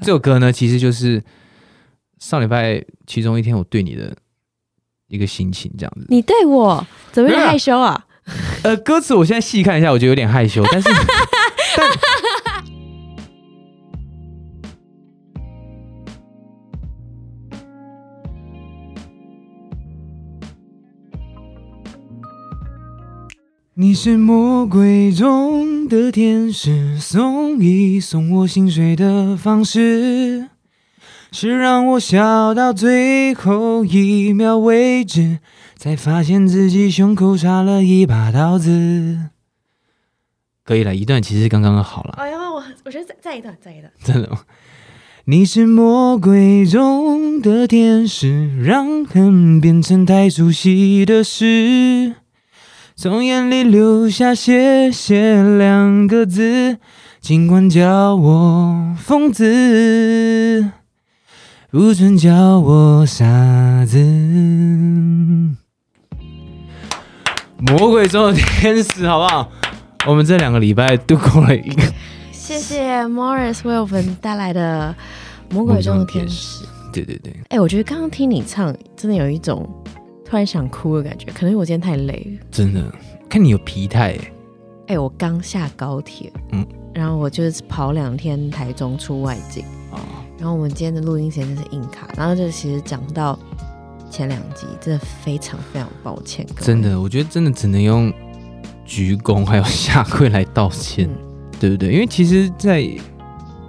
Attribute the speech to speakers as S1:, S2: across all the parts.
S1: 这首歌呢，其实就是上礼拜其中一天我对你的一个心情，这样子。
S2: 你对我怎么有点害羞啊？
S1: 呃，歌词我现在细看一下，我觉得有点害羞，但是但 你是魔鬼中的天使，送一送我心碎的方式，是让我笑到最后一秒为止，才发现自己胸口插了一把刀子。可以了，一段其实刚刚好了，
S2: 哎呀，我我觉得再再一段，再一段。
S1: 真的。你是魔鬼中的天使，让恨变成太熟悉的事。从眼里流下“谢谢”两个字，尽管叫我疯子，不准叫我傻子。魔鬼中的天使，好不好？我们这两个礼拜度过了一个
S2: 谢谢 Morris 为我们带来的《魔鬼中的天使》。
S1: 对对对，
S2: 哎、我觉得刚刚听你唱，真的有一种突然想哭的感觉。可能我今天太累了。
S1: 真的，看你有疲态耶，
S2: 哎、我刚下高铁，
S1: 嗯
S2: 嗯，然后我就是跑两天台中出外景，
S1: 哦
S2: 然后我们今天的录音时间就是硬卡，然后就其实讲到前两集，真的非常非常抱歉，各位
S1: 真。的，我觉得真的只能用鞠躬还有下跪来道歉，对不对？因为其实在，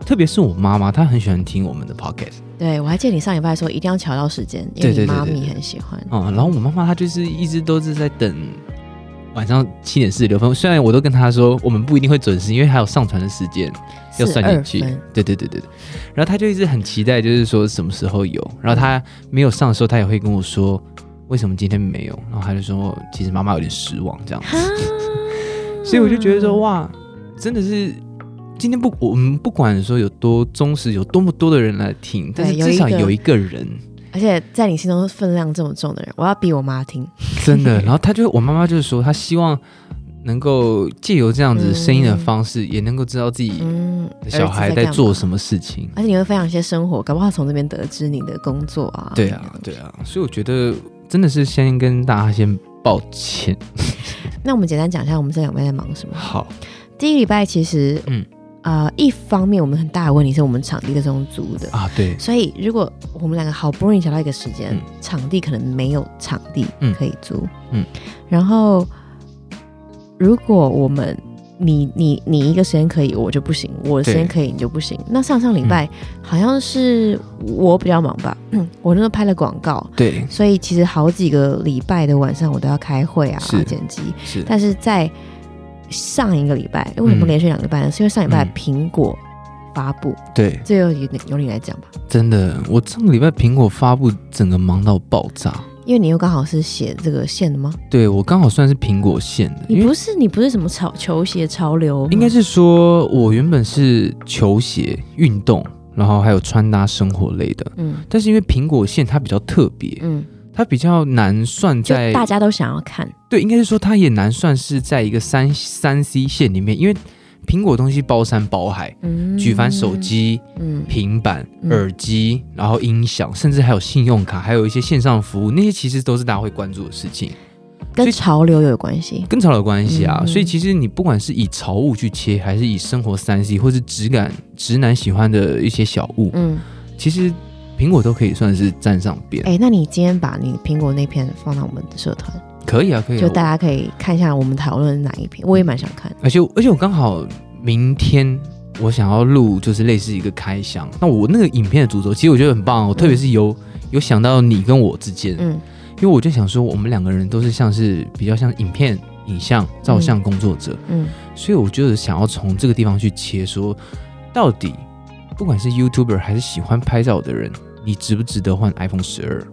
S1: 特别是我妈妈，她很喜欢听我们的 podcast
S2: 对，我还记得你上礼拜说一定要调到时间，因
S1: 对
S2: 为
S1: 对对
S2: 你妈
S1: 对
S2: 咪
S1: 对
S2: 很喜欢。
S1: 啊、然后我妈妈她就是一直都是在等晚上七点四十六分，虽然我都跟她说我们不一定会准时，因为还有上传的时间要算进去
S2: 42分。
S1: 对对对对对。然后她就一直很期待，就是说什么时候有。然后她没有上的时候，她也会跟我说为什么今天没有。然后她就说其实妈妈有点失望这样子。所以我就觉得说，
S2: 嗯
S1: 哇，真的是今天不，我们不管说有多忠实，有多么多的人来听，但是
S2: 有
S1: 至
S2: 一
S1: 少
S2: 个
S1: 有一个 人
S2: 而且在你心中分量这么重的人，我要逼我妈听。
S1: 真的。然后他就，我妈妈就是说，她希望能够借由这样子声音的方式，也能够知道自己
S2: 嗯，
S1: 的小孩在做什
S2: 么？
S1: 么事情。
S2: 而且你会分享一些生活，搞不好从这边得知你的工作啊。
S1: 对啊，对啊。所以我觉得真的是先跟大家先抱歉。
S2: 那我们简单讲一下我们这两位在忙什么。
S1: 好，
S2: 第一礼拜其实，
S1: 嗯
S2: 嗯，呃，一方面我们很大的问题是我们场地都是用租的，
S1: 啊，对，
S2: 所以如果我们两个好不容易找到一个时间，
S1: 嗯
S2: 场地可能没有场地
S1: 嗯
S2: 可以租，
S1: 嗯
S2: 嗯，然后如果我们你你你一个时间可以，我就不行；我的时间可以，你就不行。那上上礼拜、
S1: 嗯
S2: 好像是我比较忙吧， 我那时候拍了广告，
S1: 对，
S2: 所以其实好几个礼拜的晚上我都要开会啊
S1: 是、
S2: 剪辑，
S1: 是，
S2: 但是在上一个礼拜，为什么
S1: 嗯
S2: 连续两个礼拜呢？是因为上礼拜
S1: 嗯
S2: 苹果发布，
S1: 对，
S2: 这又由你由你来讲吧，
S1: 真的，我上个礼拜苹果发布，整个忙到爆炸。
S2: 因为你又刚好是写这个线的吗？
S1: 对我刚好算是苹果线的，
S2: 你
S1: 因为
S2: 不啊是你不是什么潮球鞋潮流吗，
S1: 应该是说我原本是球鞋、运动，然后还有穿搭、生活类的。
S2: 嗯
S1: 但是因为苹果线它比较特别，
S2: 嗯，
S1: 它比较难算
S2: 就
S1: 呃在
S2: 大家都想要看，
S1: 对，应该是说它也难算是在一个三三 C 线里面，因为苹果东西包山包海，
S2: 嗯，
S1: 举凡手，机、
S2: 嗯
S1: 平板、
S2: 嗯
S1: 耳机，然后音响，甚至还有信用卡，还有一些线上服务，那些其实都是大家会关注的事情。所以
S2: 跟潮流有关系，
S1: 跟潮有关系啊，
S2: 嗯
S1: 所以其实你不管是以潮物去切，还是以生活三 C 或是质感直男喜欢的一些小物，
S2: 嗯，
S1: 其实苹果都可以算是站上边。
S2: 哎、那你今天把你苹果那篇放到我们的社团，
S1: 可以啊，可以、啊。
S2: 就大家可以看一下我们讨论哪一篇，我也蛮想看，
S1: 我而且而且我刚好明天我想要录就是类似一个开箱，那我那个影片的主轴其实我觉得很棒哦，我特别是有、有想到你跟我之间，
S2: 嗯
S1: 因为我就想说我们两个人都是像是比较像影片、影像、照相工作者，
S2: 嗯
S1: 所以我就是想要从这个地方去切说，到底不管是 YouTuber 还是喜欢拍照的人，你值不值得换 iPhone 十二？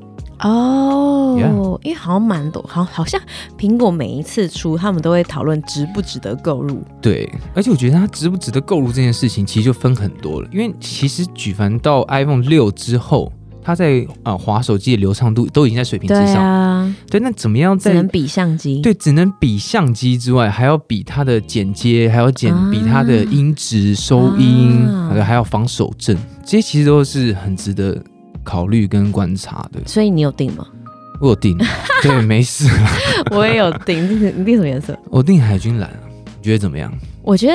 S2: 哦
S1: Yeah
S2: 因为好像蛮多，好好像苹果每一次出，他们都会讨论值不值得购入，
S1: 对，而且我觉得它值不值得购入这件事情，其实就分很多了。因为其实举凡到 iPhone 六之后，他在呃滑手机的流畅度都已经在水平之
S2: 对
S1: 上。
S2: 啊，
S1: 对，那怎么样
S2: 只
S1: 在
S2: 能比相机。
S1: 对只能比相机之外，还要比它的剪接，还要剪、
S2: 啊
S1: 比它的音质、收音，
S2: 啊
S1: 还有还要防手震，这些其实都是很值得考虑跟观察的。
S2: 所以你有定吗？
S1: 我有订，啊 对，没事，啊
S2: 我也有定，你定你定什么颜色？
S1: 我订海军蓝，啊你觉得怎么样
S2: 我觉得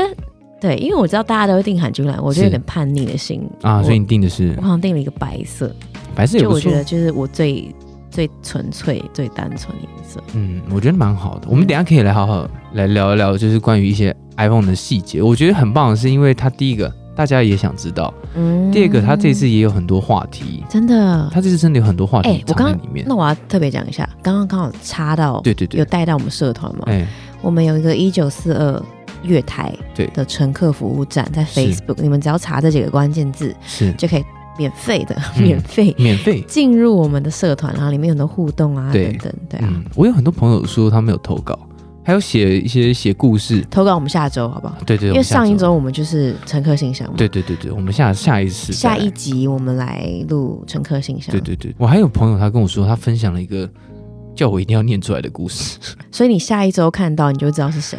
S2: 对，因为我知道大家都会定海军蓝，我就有
S1: 是
S2: 点叛逆的心
S1: 啊？
S2: 我
S1: 所以你订的是
S2: 我好像定了一个白色，
S1: 白色也
S2: 就
S1: 不
S2: 我
S1: 错
S2: 觉，得就是我最最纯粹、最单纯的颜色。
S1: 嗯，我觉得蛮好的。我们等一下可以来好好来聊一聊，就是关于一些 iPhone 的细节。我觉得很棒的是，因为它第一个大家也想知道，
S2: 嗯
S1: 第二个它这次也有很多话题，
S2: 真的，
S1: 它这次真的有很多话题
S2: 嗯哎我
S1: 藏在
S2: 刚
S1: 里面。
S2: 那我要特别讲一下，刚刚刚好插到，
S1: 对对对
S2: 有，带到我们社团嘛，
S1: 哎，
S2: 我们有一个一九四二月台
S1: 对
S2: 的乘客服务站，在
S1: 是
S2: Facebook，你们只要查这几个关键字
S1: 是
S2: 就可以免费的、
S1: 嗯
S2: 免费
S1: 免费。
S2: 进入我们的社团，然后里面有很多互动啊
S1: 对
S2: 等等，对啊，
S1: 嗯，我有很多朋友说他们有投稿，还有写一些写故事。
S2: 投稿我们下周好不好？
S1: 对对，
S2: 因
S1: 我
S2: 为
S1: 们下
S2: 上一周我们就是乘客信箱嘛，
S1: 对对对对，我们下下一次再
S2: 下
S1: 来
S2: 一集我们来录乘客信箱，
S1: 对对对，我还有朋友他跟我说，他分享了一个叫我一定要念出来的故事。
S2: 所以你下一周看到你就知道是谁。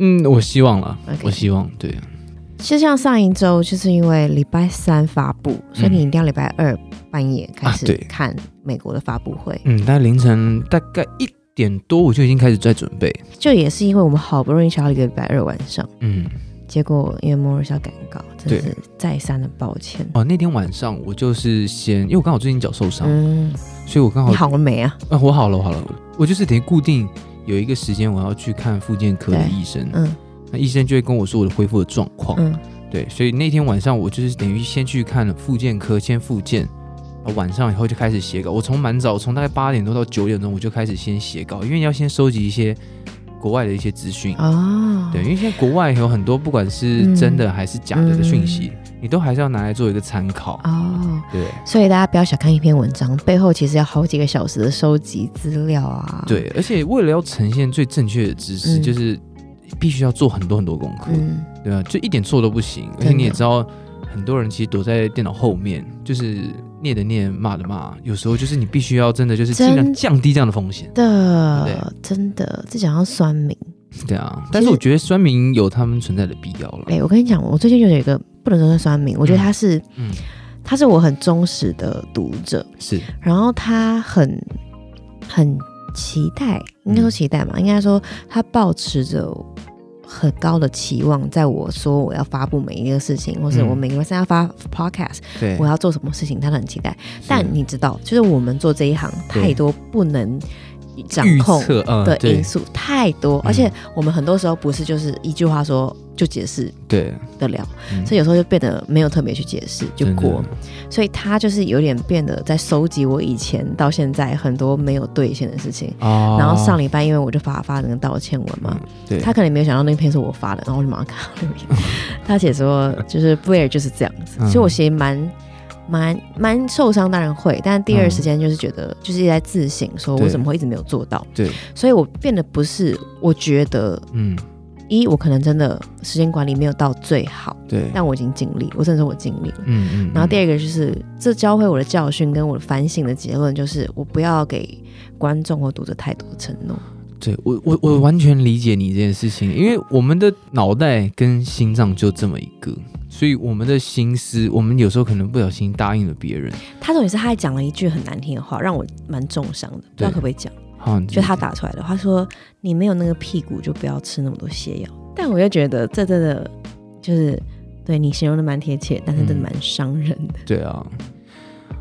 S1: 嗯，我希望了
S2: OK
S1: 我希望对，
S2: 就像上一周，就是因为礼拜三发布，所以你一定要礼拜二半夜
S1: 嗯
S2: 开
S1: 啊
S2: 始
S1: 对
S2: 看美国的发布会。
S1: 嗯，大概凌晨大概一点多我就已经开始在准备，
S2: 就也是因为我们好不容易挑了一个礼拜二晚上，
S1: 嗯，
S2: 结果因为莫 o 斯要赶稿，真
S1: 对
S2: 是再三的抱歉。
S1: 哦，那天晚上我就是先，因为我刚好最近脚受伤，
S2: 嗯，
S1: 所以我刚好
S2: 你好了没啊？
S1: 啊，我好了，我好了，我就是等于固定有一个时间我要去看复健科的
S2: 对
S1: 医生，
S2: 嗯
S1: 那医生就会跟我说我的恢复的状况，
S2: 嗯，
S1: 对，所以那天晚上我就是等于先去看了复健科，先复健，然后晚上以后就开始写稿。我从蛮早，从大概八点多到九点钟我就开始先写稿，因为要先收集一些国外的一些资讯。
S2: 哦，嗯
S1: 对，因为现在国外有很多不管是真的还是假的的讯息，你都还是要拿来做一个参考。
S2: 哦，
S1: 对
S2: 所以大家不要小看一篇文章，背后其实要好几个小时的收集资料啊。，
S1: 对，而且为了要呈现最正确的知识，
S2: 嗯
S1: 就是必须要做很多很多功课，
S2: 嗯，
S1: 对啊，就一点错都不行。而且你也知道，很多人其实躲在电脑后面，就是念的念，骂的骂。有时候就是你必须要真的就是尽量
S2: 真
S1: 降低这样的风险，
S2: 的，真的，这讲到酸民。
S1: 对啊。但是我觉得酸民有他们存在的必要了
S2: 哎、，我跟你讲，我最近就有一个不能说是酸民，我觉得他是，
S1: 嗯
S2: 他是我很忠实的读者，
S1: 是
S2: 然后他很很期待，应该说期待嘛，
S1: 嗯
S2: 应该说他抱持着很高的期望，在我说我要发布每一个事情，或是
S1: 嗯
S2: 我每个现在要发 podcast，、
S1: 对
S2: 我，要做什么事情，他都很期待。但
S1: 是
S2: 你知道，就是我们做这一行，
S1: 对
S2: 太多不能掌
S1: 预
S2: 控
S1: 测嗯
S2: 的
S1: 对嗯
S2: 因素太多，而且我们很多时候不是就是一句话说就解释
S1: 对，
S2: 得了，
S1: 嗯
S2: 所以有时候就变得没有特别去解释就
S1: 真的
S2: 过，所以他就是有点变得在收集我以前到现在很多没有兑现的事情。
S1: 哦
S2: 然后上礼拜因为我就发发那个道歉文嘛，
S1: 嗯对，
S2: 他可能没有想到那篇是我发的，然后我就马上看到留言， 他写说就是布莱尔就是这样子，
S1: 嗯
S2: 所以我其实蛮。蛮蛮受伤，当然会，但第
S1: 嗯
S2: 二时间就是觉得，就是一直在自省，说我
S1: 对
S2: 怎么会一直没有做到，
S1: 对，
S2: 所以我变得不是，我觉得
S1: 嗯
S2: 一我可能真的时间管理没有到最好，
S1: 对，
S2: 但我已经尽力，我真的是我尽力了。
S1: 嗯嗯，
S2: 然后第
S1: 二
S2: 二个就是，这教会我的教训跟我的反省的结论就是，我不要给观众或读者太多的承诺。
S1: 对我我我完全理解你这件事情，因为我们的脑袋跟心脏就这么一个，所以我们的心思，我们有时候可能不小心答应了别人，
S2: 他重点是他还讲了一句很难听的话，让我蛮重伤的，不知
S1: 对
S2: 道可不可以讲。
S1: 好，
S2: 就他打出来的，他说你没有那个屁股就不要吃那么多泻药。但我又觉得这真的就是对你形容的蛮贴切，但是真的蛮伤人的。
S1: 对啊，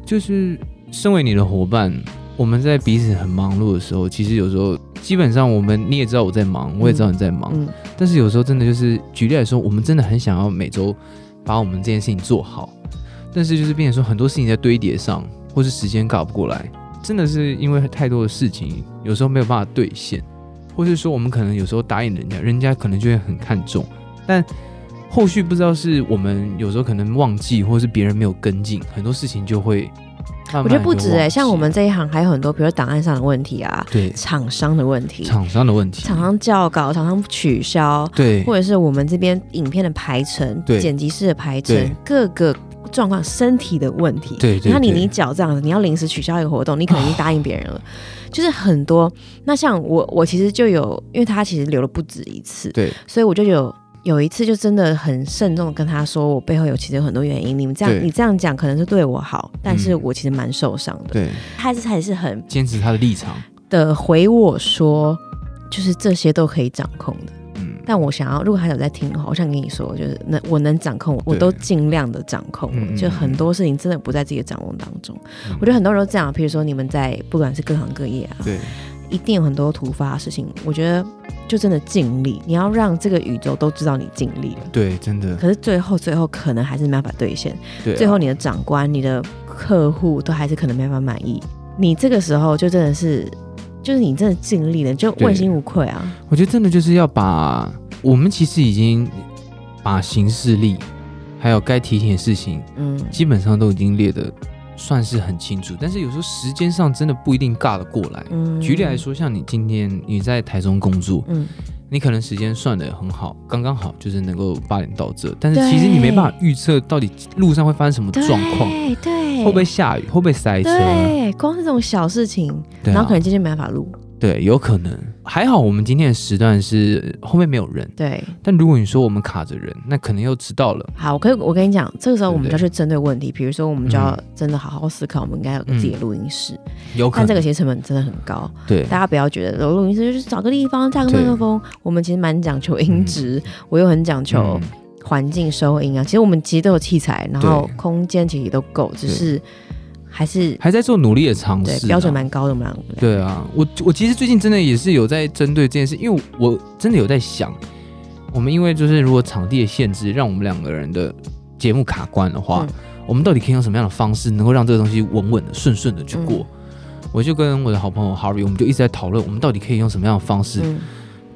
S1: 就是身为你的伙伴，我们在彼此很忙碌的时候，其实有时候基本上我们你也知道我在忙，我也知道你在忙，
S2: 嗯，
S1: 但是有时候真的就是举例来说，我们真的很想要每周把我们这件事情做好，但是就是变成说很多事情在堆叠上，或是时间搞不过来，真的是因为太多的事情，有时候没有办法兑现，或是说我们可能有时候答应人家，人家可能就会很看重，但后续不知道是我们有时候可能忘记，或是别人没有跟进，很多事情就会慢慢
S2: 我觉得不止
S1: 哎、
S2: 哎、像我们这一行还有很多，比如说档案上的问题啊，
S1: 对
S2: 厂商的问题，
S1: 厂商的问题，
S2: 厂商校稿，厂商取消，
S1: 对
S2: 或者是我们这边影片的排程、
S1: 对
S2: 剪辑师的排程
S1: 对，
S2: 各个状况、身体的问题。
S1: 对对对
S2: 那你你脚这样子，你要临时取消一个活动，你可能已经答应别人了，就是很多。那像我，我其实就有，因为他其实留了不止一次，
S1: 对
S2: 所以我就有有一次就真的很慎重地跟他说，我背后有其实有很多原因，你们这
S1: 对
S2: 样你这样讲可能是对我好，但是
S1: 嗯
S2: 我其实蛮受伤的。
S1: 对，
S2: 他还是还是很
S1: 坚持他的立场，
S2: 的回我说，就是这些都可以掌控的。
S1: 嗯
S2: 但我想要，如果还有在听的话，我想跟你说，就是能我能掌控，我都尽量的掌控
S1: 嗯嗯嗯
S2: 了。就很多事情真的不在自己的掌握当中。
S1: 嗯
S2: 我觉得很多人都这样，譬如说你们在不管是各行各业啊，
S1: 对
S2: 一定有很多突发的事情。我觉得就真的尽力，你要让这个宇宙都知道你尽力了。
S1: 对，真的
S2: 可是最后，最后可能还是没办法兑现。
S1: 对啊，
S2: 最后你的长官、你的客户都还是可能没办法满意。你这个时候就真的是，就是你真的尽力了，就
S1: 对
S2: 问心无愧啊。
S1: 我觉得真的就是要把我们其实已经把行事历还有该提醒的事情，
S2: 嗯，
S1: 基本上都已经列的算是很清楚，但是有时候时间上真的不一定尬得过来。
S2: 嗯
S1: 举例来，说，像你今天你在台中工作，
S2: 嗯，
S1: 你可能时间算得很好，刚刚好就是能够八点到这，但是
S2: 对
S1: 其实你没办法预测到底路上会发生什么
S2: 对
S1: 状况，
S2: 对，
S1: 会不会下雨，会不会塞车，
S2: 对，光是这种小事情，
S1: 对
S2: 然
S1: 啊
S2: 后可，能今天没办法录，
S1: 对，有可能。还好我们今天的时段是后面没有人，
S2: 对。
S1: 但如果你说我们卡着人，那可能又迟到了。
S2: 好，我可以，我跟你讲，这个时候我们就
S1: 对
S2: 要
S1: 不对
S2: 去针对问题，比如说我们就要真的好好思考，我们应该有个自己的录音室。
S1: 有嗯可
S2: 但
S1: 能
S2: 这个其实成本真的很高，
S1: 对
S2: 大家不要觉得哦录音室就是找个地方架个麦克风，我们其实蛮讲求音质，我又很讲求
S1: 嗯
S2: 环境收音啊。其实我们其实都有器材，然后空间其实也都够，只是还是
S1: 还在做努力的尝试、啊，
S2: 对标准蛮高的嘛。
S1: 对啊，我我其实最近真的也是有在针对这件事，因为我真的有在想，我们因为就是如果场地的限制，让我们两个人的节目卡关的话，
S2: 嗯
S1: 我们到底可以用什么样的方式能够让这个东西稳稳的、顺顺的去过？
S2: 嗯
S1: 我就跟我的好朋友 Harry，我们就一直在讨论，我们到底可以用什么样的方式，
S2: 嗯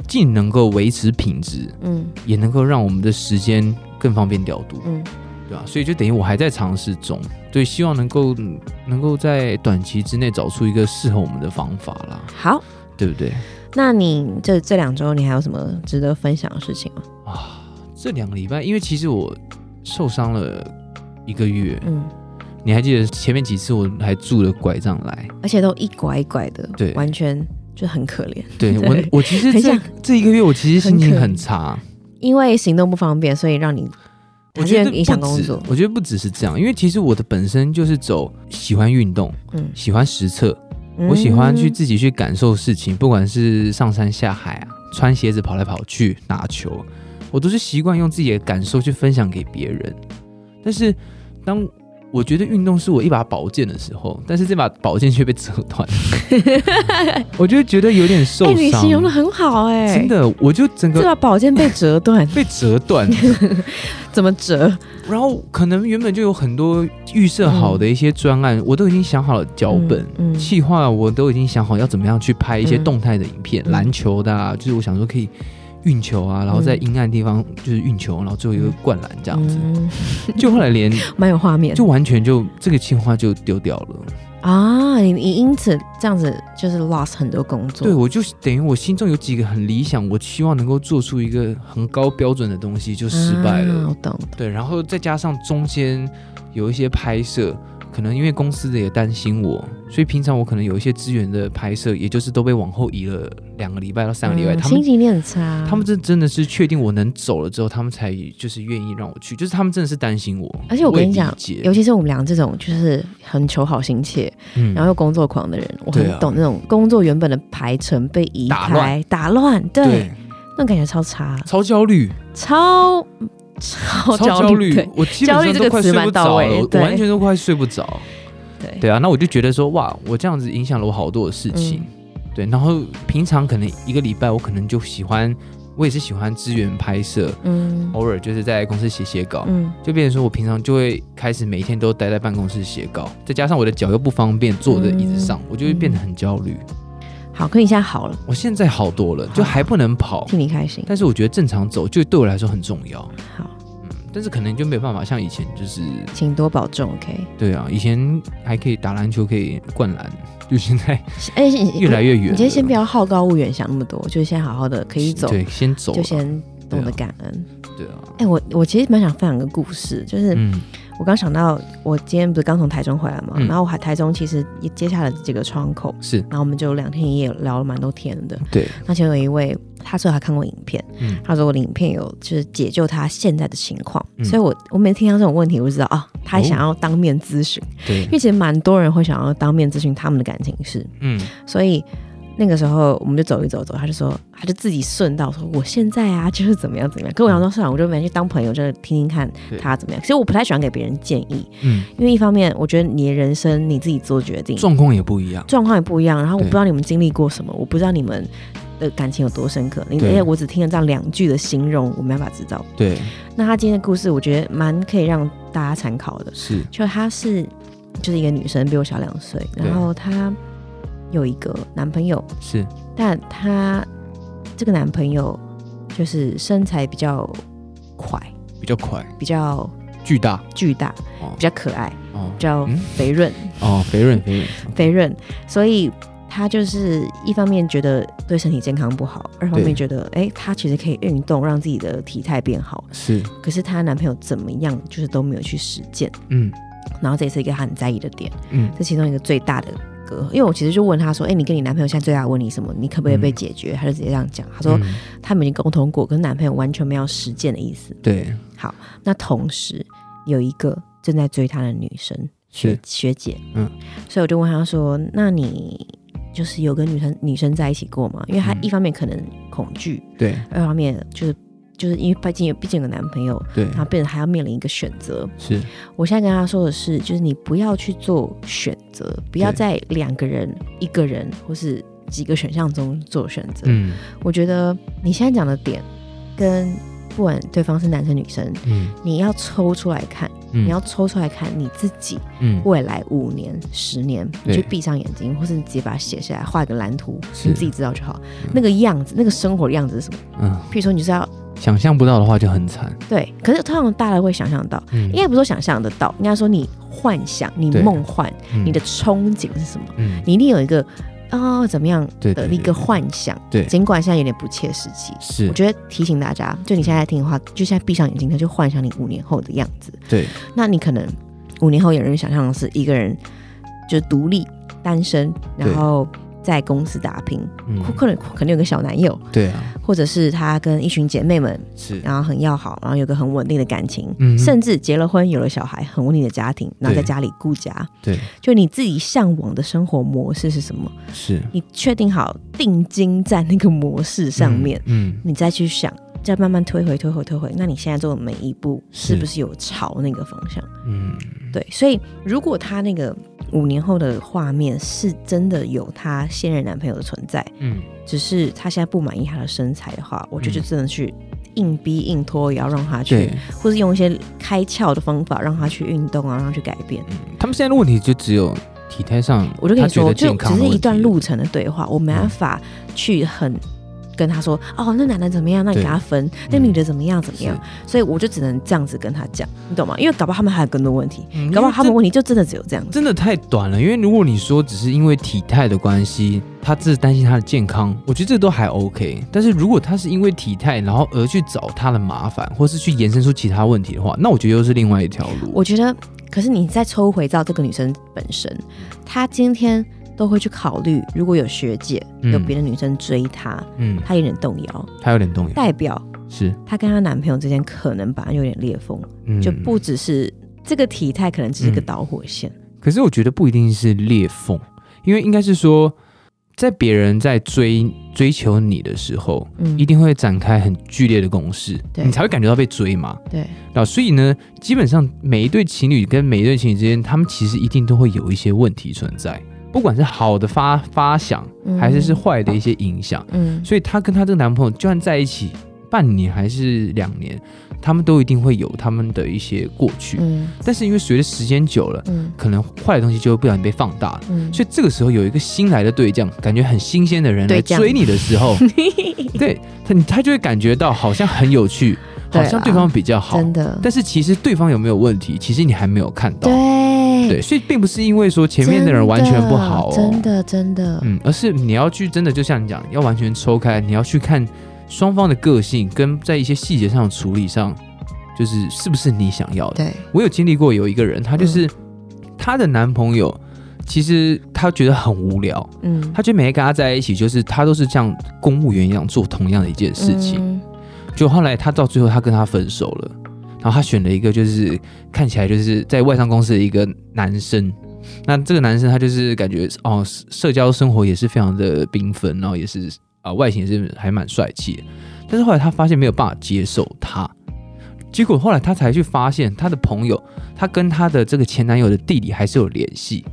S1: 既能够维持品质，
S2: 嗯
S1: 也能够让我们的时间更方便调度，
S2: 嗯，
S1: 对啊吧、所以就等于我还在尝试中，对，希望能够嗯能够在短期之内找出一个适合我们的方法啦，
S2: 好。
S1: 对不对？
S2: 那你这这两周你还有什么值得分享的事情吗？
S1: 这两个礼拜，因为其实我受伤了一个月，
S2: 嗯，
S1: 你还记得前面几次我还拄了拐杖来？
S2: 而且都一拐一拐的，
S1: 对
S2: 完全就很可怜，
S1: 对
S2: 对
S1: 我，我其实这
S2: 很像
S1: 这一个月我其实心
S2: 很
S1: 情
S2: 可
S1: 很差，
S2: 因为行动不方便，所以让你
S1: 我
S2: 还
S1: 觉
S2: 是
S1: 得
S2: 影响
S1: 不
S2: 工
S1: 止
S2: 作。
S1: 我觉得不只是这样，因为其实我的本身就是走喜欢运动，
S2: 嗯，
S1: 喜欢实测，我喜欢去
S2: 嗯
S1: 自己去感受事情，不管是上山下海啊，穿鞋子跑来跑去，打球，我都是习惯用自己的感受去分享给别人。但是，当我觉得运动是我一把宝剑的时候，但是这把宝剑却被折断， 我就觉得有点受
S2: 哎、你
S1: 伤
S2: 形。容的很好哎、
S1: 真的，我就整
S2: 这
S1: 个
S2: 把宝剑被 折断，嗯
S1: 被折断，
S2: 怎么折？
S1: 然后可能原本就有很多预设好的一些专案，我都已经想好了脚本，
S2: 嗯嗯嗯
S1: 企划我都已经想好要怎么样去拍一些
S2: 嗯
S1: 动态的影片，
S2: 嗯
S1: 篮球的、啊，就是我想说可以运球啊，然后在阴暗地方就是运球，啊然后最后一个灌篮这样子。
S2: 嗯
S1: 就后来连
S2: 蛮有画面
S1: 就完全就这个计划就丢掉了。
S2: 啊！你你因此这样子就是 lost 很多工作，
S1: 对，我就等于我心中有几个很理想，我希望能够做出一个很高标准的东西，就失败了。
S2: 啊我懂，
S1: 对，然后再加上中间有一些拍摄，可能因为公司的也担心我，所以平常我可能有一些资源的拍摄，也就是都被往后移了两个礼拜到三个礼拜。
S2: 嗯
S1: 他
S2: 心
S1: 们
S2: 情一定很差，
S1: 他们这真的是确定我能走了之后，他们才就是愿意让我去，就是他们真的是担心我。
S2: 而且我跟
S1: 也
S2: 你
S1: 理
S2: 讲
S1: 解
S2: 尤其是我们俩这种就是很求好心切，
S1: 嗯
S2: 然后又工作狂的人，我很
S1: 对啊
S2: 懂那种工作原本的排程被移
S1: 打
S2: 开、打乱，对，
S1: 对
S2: 那种感觉超差，
S1: 超焦虑，
S2: 超 超
S1: 超
S2: 焦虑，对
S1: 我基本
S2: 焦
S1: 上
S2: 虑这
S1: 都
S2: 个
S1: 快
S2: 词
S1: 睡
S2: 蛮
S1: 不
S2: 到
S1: 着
S2: 位
S1: 了，我
S2: 对
S1: 完全都快睡不着。
S2: 对
S1: 对啊，那我就觉得说，哇，我这样子影响了我好多的事情。
S2: 嗯
S1: 对，然后平常可能一个礼拜，我可能就喜欢，我也是喜欢支援拍摄，
S2: 嗯
S1: 偶尔就是在公司写写稿，
S2: 嗯
S1: 就变成说我平常就会开始每一天都待在办公室写稿，再加上我的脚又不方便坐在
S2: 嗯
S1: 椅子上，我就会变得很焦虑。
S2: 好，可你现在好了，
S1: 我现在好多了，
S2: 好
S1: 就还不能跑，
S2: 替你开心，
S1: 但是我觉得正常走就对我来说很重要。
S2: 好，
S1: 嗯，但是可能就没有办法像以前就是
S2: 请多保重，OK。
S1: 对啊，以前还可以打篮球，可以灌篮，就现在
S2: 而且哎你
S1: 越来越远了。
S2: 你今天先不要好高骛远想那么多，就是先好好的 可以走，
S1: 对，先走啦，
S2: 就先懂得感恩。
S1: 对啊，
S2: 哎、我我其实蛮想分享个故事，就是
S1: 嗯，
S2: 我刚想到，我今天不是刚从台中回来嘛，
S1: 嗯
S2: 然后我还台中其实也接下了几个窗口，
S1: 是
S2: 然后我们就两天一夜聊了蛮多天的。
S1: 对，
S2: 那其中有一位，他最后还看过影片，
S1: 嗯
S2: 他说我的影片有就是解救他现在的情况，
S1: 嗯
S2: 所以我我每次听到这种问题，我就知道啊，他想要当面咨询，
S1: 对
S2: 因，为其实蛮多人会想要当面咨询他们的感情事，
S1: 嗯，
S2: 所以那个时候我们就走一走走，他就说他就自己顺道说我现在啊就是怎么样怎么样，可我想
S1: 嗯
S2: 说算了，我就没去当朋友，就是听听看
S1: 对
S2: 他怎么样。其实我不太喜欢给别人建议，
S1: 嗯，
S2: 因为一方面我觉得你的人生你自己做决定，
S1: 状况也不一样，
S2: 状况也不一样，然后我
S1: 对
S2: 不知道你们经历过什么，我不知道你们。的感情有多深刻？你
S1: 对
S2: 而且我只听了这样两句的形容，我没办法知道。
S1: 对，
S2: 那他今天的故事，我觉得蛮可以让大家参考的。
S1: 是，
S2: 就她是就是一个女生，比我小两岁，
S1: 对
S2: 然后她有一个男朋友，
S1: 是，
S2: 但她这个男朋友就是身材比较快，
S1: 比较快，
S2: 比较
S1: 巨大，
S2: 巨大，
S1: 哦
S2: 比较可爱，
S1: 哦
S2: 比较
S1: 嗯
S2: 肥润，
S1: 哦，肥润肥润，
S2: 肥润，所以。她就是一方面觉得对身体健康不好，二方
S1: 对
S2: 面觉得哎、她其实可以运动让自己的体态变好。
S1: 是，
S2: 可是她男朋友怎么样，就是都没有去实践，
S1: 嗯
S2: 然后这也是一个她很在意的点。
S1: 嗯，
S2: 这其中一个最大的隔阂。因为我其实就问他说：“哎、你跟你男朋友现在最大的问题是什么？你可不可以被解决？”他就直接这样讲，他说
S1: 嗯
S2: 他们已经沟通过，跟男朋友完全没有实践的意思。
S1: 对，
S2: 那同时有一个正在追他的女生学
S1: 是
S2: 学姐，
S1: 嗯，
S2: 所以我就问他说：“那你？”就是有跟女生女生在一起过嘛？因为他
S1: 嗯
S2: 一方面可能恐惧，
S1: 对
S2: 二方面就是就是因为毕竟毕竟有个男朋友，
S1: 对，
S2: 然后变成还要面临一个选择，
S1: 是，
S2: 我现在跟他说的是，就是你不要去做选择，不要在两个人、一个人或是几个选项中做选择。
S1: 嗯
S2: 我觉得你现在讲的点，跟不管对方是男生女生，
S1: 嗯
S2: 你要抽出来看，
S1: 嗯，
S2: 你要抽出来看你自己
S1: 嗯
S2: 未来五年、十年，
S1: 对
S2: 你就闭上眼睛，或是你直接把它写下来，画一个蓝图，
S1: 是
S2: 你自己知道就好。那个样子，那个生活的样子是什么？
S1: 嗯，
S2: 譬如说，你就是要
S1: 想象不到的话就很惨，
S2: 对，可是通常大家会想象到，
S1: 嗯
S2: 应该不是说想象得到，应该说你幻想、你
S1: 对
S2: 梦幻。
S1: 嗯
S2: 你的憧憬是什么？
S1: 嗯
S2: 你一定有一个哦怎么样
S1: 对对
S2: 的
S1: 对
S2: 一个幻想，
S1: 对
S2: 尽管现在有点不切实际。
S1: 是
S2: 我，觉得提醒大家，就你现在在听的话，就现在闭上眼睛，他就幻想你五年后的样子。
S1: 对
S2: 那你可能五年后有人想象的是一个人就独立、单身，
S1: 对
S2: 然后在公司打拼，
S1: 嗯
S2: 或可能可能有个小男友，
S1: 对啊
S2: 或者是他跟一群姐妹们，
S1: 是
S2: 然后很要好，然后有个很稳定的感情，
S1: 嗯哼
S2: 甚至结了婚，有了小孩，很稳定的家庭，然后在
S1: 对
S2: 家里顾家。
S1: 对
S2: 就你自己向往的生活模式是什么？
S1: 是嗯
S2: 你确定好定睛在那个模式上面，
S1: 嗯
S2: 你再去想，再慢慢推回、推回、推回。那你现在做的每一步
S1: 是
S2: 是不是有朝那个方向？
S1: 嗯
S2: 对，所以如果她那个五年后的画面是真的有她现任男朋友的存在，
S1: 嗯
S2: 只是她现在不满意她的身材的话，我觉得
S1: 嗯
S2: 就真的去硬逼硬拖，也要让她去
S1: 对，，
S2: 或是用一些开窍的方法让她去运动啊，让她去改变。
S1: 他们现在的问题就只有体态上，
S2: 我就跟
S1: 他
S2: 你
S1: 觉
S2: 说，
S1: 得
S2: 就
S1: 健
S2: 只
S1: 康
S2: 是
S1: 的
S2: 一段
S1: 问题嗯
S2: 路程的对话，我没办法去很跟他说，哦，那男的怎么样？那你
S1: 对
S2: 跟他分，那
S1: 嗯
S2: 女的怎么样？怎么样？
S1: 是
S2: 所以我就只能这样子跟他讲，你懂吗？因为搞不好他们还有更多问题，
S1: 嗯
S2: 搞
S1: 因
S2: 不好
S1: 为
S2: 他们问题就真的只有这样
S1: 这
S2: 子。
S1: 真的太短了，因为如果你说只是因为体态的关系，他只是担心他的健康，我觉得这都还 OK。但是如果他是因为体态，然后而去找他的麻烦，或是去延伸出其他问题的话，那我觉得又是另外一条路。
S2: 我觉得，可是你再抽回到这个女生本身，她今天都会去考虑，如果有学姐、
S1: 嗯
S2: 有别的女生追她，
S1: 嗯，
S2: 她有点动摇，
S1: 他有点动摇，
S2: 代表
S1: 是，
S2: 她跟她男朋友之间可能本来就有点裂缝，
S1: 嗯，
S2: 就不只是这个体态，可能只是个
S1: 嗯
S2: 导火线。
S1: 可是我觉得不一定是裂缝，因为应该是说，在别人在追追求你的时候，
S2: 嗯
S1: 一定会展开很剧烈的攻势，
S2: 对
S1: 你才会感觉到被追嘛。
S2: 对，
S1: 那所以呢，基本上每一对情侣跟每一对情侣之间，他们其实一定都会有一些问题存在，不管是好的发发想，
S2: 嗯
S1: 还是是坏的一些影响。
S2: 嗯
S1: 所以她跟她这个男朋友就算在一起半年还是两年，他们都一定会有他们的一些过去。
S2: 嗯
S1: 但是因为随着时间久了，
S2: 嗯
S1: 可能坏的东西就会不小心被放大了。
S2: 嗯，
S1: 所以这个时候有一个新来的对象，感觉很新鲜的人来
S2: 对象
S1: 追你的时 候，对他，你他就会感觉到好像很有趣，好
S2: 对
S1: 像
S2: 啦
S1: 对方比较好，
S2: 真的，
S1: 但是其实对方有没有问题，其实你还没有看到。
S2: 对
S1: 对，，所以并不是因为说前面的人完全不好、哦，
S2: 真，的真的，
S1: 嗯，而是你要去真的，就像你讲，要完全抽开，你要去看双方的个性跟在一些细节上的处理上，就是是不是你想要的。
S2: 对，嗯
S1: 我有经历过有一个人，她就是她的男朋友，其实她觉得很无聊，
S2: 嗯，
S1: 她觉得每天跟他在一起，就是她都是像公务员一样做同样的一件事情。
S2: 嗯
S1: 就后来她到最后，她跟他分手了，然后她选了一个就是看起来就是在外商公司的一个男生。那这个男生他就是感觉哦，社交生活也是非常的缤纷，然后也是啊、外形也是还蛮帅气的。但是后来她发现没有办法接受他，结果后来她才去发现她的朋友，她跟她的这个前男友的弟弟还是有联系。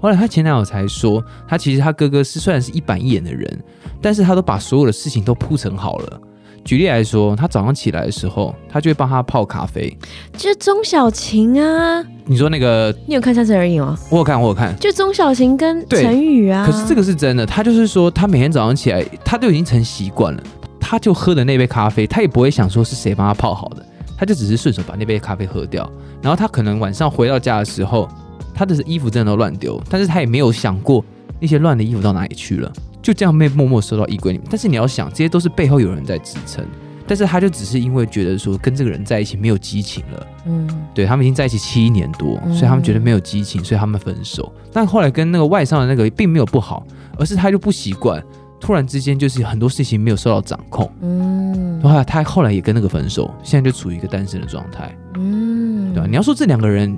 S1: 后来她前男友才说，他其实他哥哥是虽然是一板一眼的人，但是他都把所有的事情都铺陈好了。举例来说，他早上起来的时候，他就会帮他泡咖啡。
S2: 就是钟小琴啊，
S1: 你说那个，
S2: 你有看《三十而已》吗？
S1: 我有看，我有看。
S2: 就钟小琴跟
S1: 对
S2: 陈宇啊，
S1: 可是这个是真的，他就是说，他每天早上起来，他都已经成习惯了，他就喝的那杯咖啡，他也不会想说是谁帮他泡好的，他就只是顺手把那杯咖啡喝掉。然后他可能晚上回到家的时候，他的衣服真的都乱丢，但是他也没有想过那些乱的衣服到哪里去了，就这样被默默收到衣柜里面。但是你要想，这些都是背后有人在支撑，但是他就只是因为觉得说跟这个人在一起没有激情了。
S2: 嗯
S1: 对他们已经在一起七年多，
S2: 嗯
S1: 所以他们觉得没有激情，所以他们分手。但后来跟那个外商的那个并没有不好，而是他就不习惯，突然之间就是很多事情没有受到掌控。
S2: 嗯
S1: 然后他后来也跟那个分手，现在就处于一个单身的状态，
S2: 嗯，
S1: 对吧、啊你要说这两个人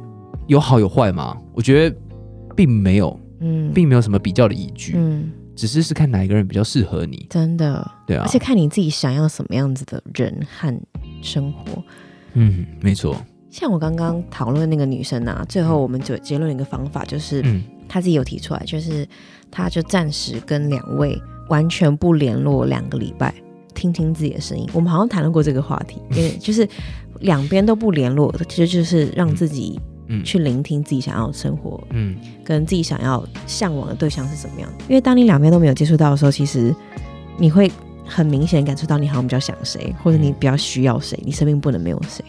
S1: 有好有坏吗？我觉得并没有，
S2: 嗯
S1: 并没有什么比较的依据，
S2: 嗯，
S1: 只是是看哪一个人比较适合你，
S2: 真的，
S1: 对啊
S2: 而。且看你自己想要什么样子的人和生活。
S1: 嗯，没错，
S2: 像我刚刚讨论那个女生啊，最后我们就结论一个方法，就是
S1: 嗯
S2: 她自己有提出来，就是她就暂时跟两位完全不联络两个礼拜，听听自己的声音。我们好像谈论过这个话题，因为就是两边都不联络，其实就是让自己
S1: 嗯
S2: 去聆听自己想要的生活，
S1: 嗯，
S2: 跟自己想要向往的对象是什么样的。因为当你两边都没有接触到的时候，其实你会很明显地感受到你好像比较想谁，或者你
S1: 嗯
S2: 比较需要谁，你生命不能没有谁。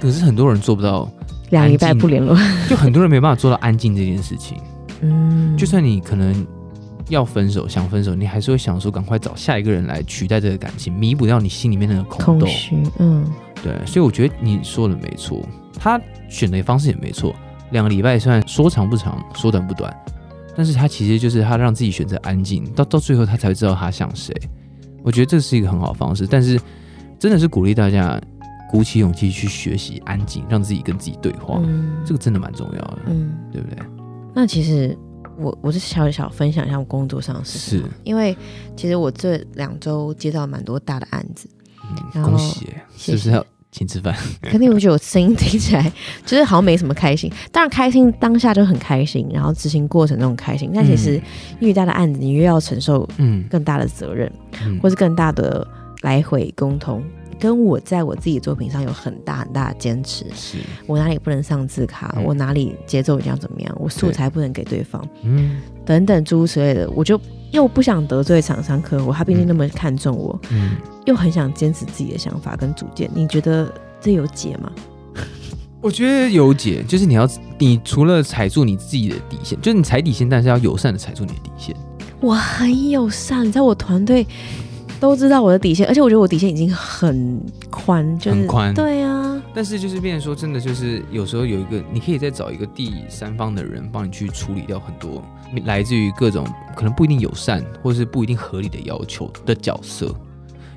S1: 可是很多人做不到，
S2: 两礼拜不联络，
S1: 就很多人没办法做到安静这件事情。
S2: 嗯，
S1: 就算你可能要分手，想分手，你还是会想说赶快找下一个人来取代这个感情，弥补掉你心里面那个空
S2: 空
S1: 洞。
S2: 虚，嗯
S1: 对，所以我觉得你说的没错，他选的方式也没错。两个礼拜虽然说长不长，说短不短，但是他其实就是他让自己选择安静，到到最后他才会知道他像谁。我觉得这是一个很好的方式，但是真的是鼓励大家鼓起勇气去学习安静，让自己跟自己对话，
S2: 嗯
S1: 这个真的蛮重要的，
S2: 嗯。
S1: 对不对？
S2: 那其实我我是小小分享一下我工作上的事情，
S1: 是，
S2: 因为其实我这两周接到蛮多大的案子，
S1: 嗯，
S2: 然后
S1: 恭喜，是
S2: 谢
S1: 不是
S2: 谢
S1: 要请吃饭？
S2: 可是我觉得我声音听起来就是好像没什么开心，当然开心当下就很开心，然后执行过程中很开心，但其实越大的案子你越要承受
S1: 嗯，
S2: 更大的责任，
S1: 嗯
S2: 或是更大的来回沟通。跟我在我自己作品上有很大很大的坚持，
S1: 是，
S2: 我哪里不能上字卡，
S1: 嗯
S2: 我哪里节奏一定要怎么样，我素
S1: 对
S2: 材不能给对方，
S1: 嗯
S2: 等等诸如此类的，我就又不想得罪厂商客户，他毕竟那么看重我，
S1: 嗯，
S2: 又很想坚持自己的想法跟主见。你觉得这有解吗？
S1: 我觉得有解，就是你要，你除了踩住你自己的底线，就是你踩底线，但是要友善的踩住你的底线。
S2: 我很友善，你知道我团队都知道我的底线，而且我觉得我底线已经很宽，就是
S1: 很宽
S2: 对啊，
S1: 但是就是变成说，真的就是有时候有一个，你可以再找一个第三方的人帮你去处理掉很多来自于各种可能不一定友善，或是不一定合理的要求的角色。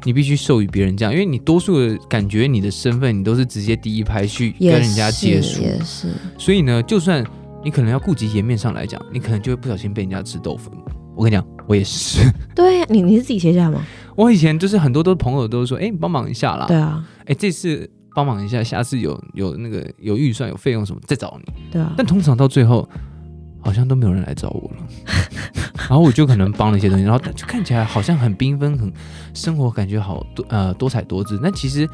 S1: 你必须授予别人这样，因为你多数的感觉，你的身份你都是直接第一排去跟
S2: 也
S1: 人家接
S2: 是
S1: 触，
S2: 也是，
S1: 所以呢，就算你可能要顾及颜面上来讲，你可能就会不小心被人家吃豆腐。我跟你讲，我也是，
S2: 对啊，你你是自己写下吗？
S1: 我以前就是很多都朋友都说，哎、你帮忙一下啦，
S2: 对啊，
S1: 哎、这次帮忙一下，下次有有那个有预算有费用什么再找你。
S2: 对啊，
S1: 但通常到最后，好像都没有人来找我了。然后我就可能帮了一些东西，然后就看起来好像很缤纷，很生活感觉好多呃多彩多姿。但其实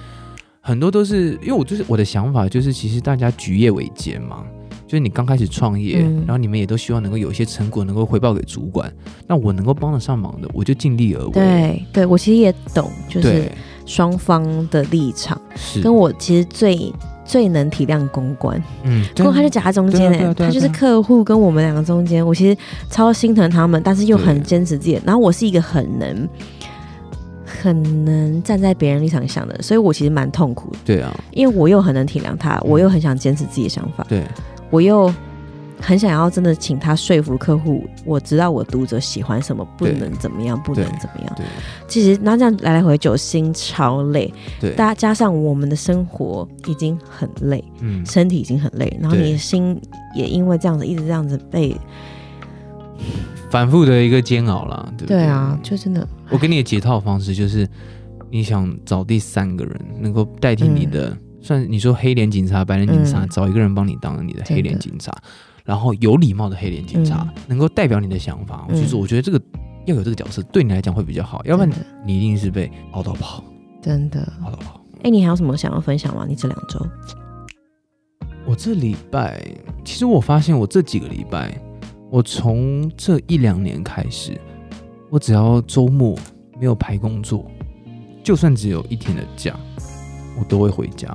S1: 很多都是因为我就是我的想法就是，其实大家举业维艰嘛，就是你刚开始创业，
S2: 嗯
S1: 然后你们也都希望能够有一些成果能够回报给主管。那我能够帮得上忙的，我就尽力而为。
S2: 对对，我其实也懂，就是
S1: 对，嗯
S2: 双方的立场，
S1: 是
S2: 跟我其实最最能体谅公关，
S1: 嗯，
S2: 公关就
S1: 对
S2: 夹在中
S1: 对啊
S2: 间
S1: 对啊
S2: 欸，
S1: 对啊
S2: 他就是
S1: 对啊
S2: 客户跟我们两个中间，我其实超心疼他们，但是又
S1: 对
S2: 很坚持自己的。然后我是一个很能可能站在别人立场想的，所以我其实蛮痛苦的，
S1: 对啊，
S2: 因为我又很能体谅他，我又很想坚持自己的想法，
S1: 对，啊
S2: 我又很想要真的请他说服客户，我知道我读者喜欢什么，不
S1: 对
S2: 能怎么样，不能
S1: 对
S2: 怎么样。
S1: 对，啊
S2: 其实那这样来来回就心超累，
S1: 对
S2: 大加上我们的生活已经很累，
S3: 嗯，
S2: 身体已经很累，然后
S1: 对
S2: 你的心也因为这样子一直这样子被，
S1: 反复的一个煎熬啦，对不对？
S2: 对啊，就真的
S1: 我给你的解套方式就是，你想找第三个人能够代替你的，算你说黑脸警察、白脸警察，
S2: 嗯
S1: 找一个人帮你当你的黑脸警察，然后有礼貌的黑脸警察、能够代表你的想法。
S2: 嗯
S1: 就是我觉得这个要有这个角色，对你来讲会比较好，要不然
S2: 真的
S1: 你一定是被熬到跑，
S2: 真的。
S1: 熬到跑。
S2: 哎、你还有什么想要分享吗？你这两周，
S1: 我这礼拜，其实我发现我这几个礼拜，我从这一两年开始，我只要周末没有排工作，就算只有一天的假，我都会回家。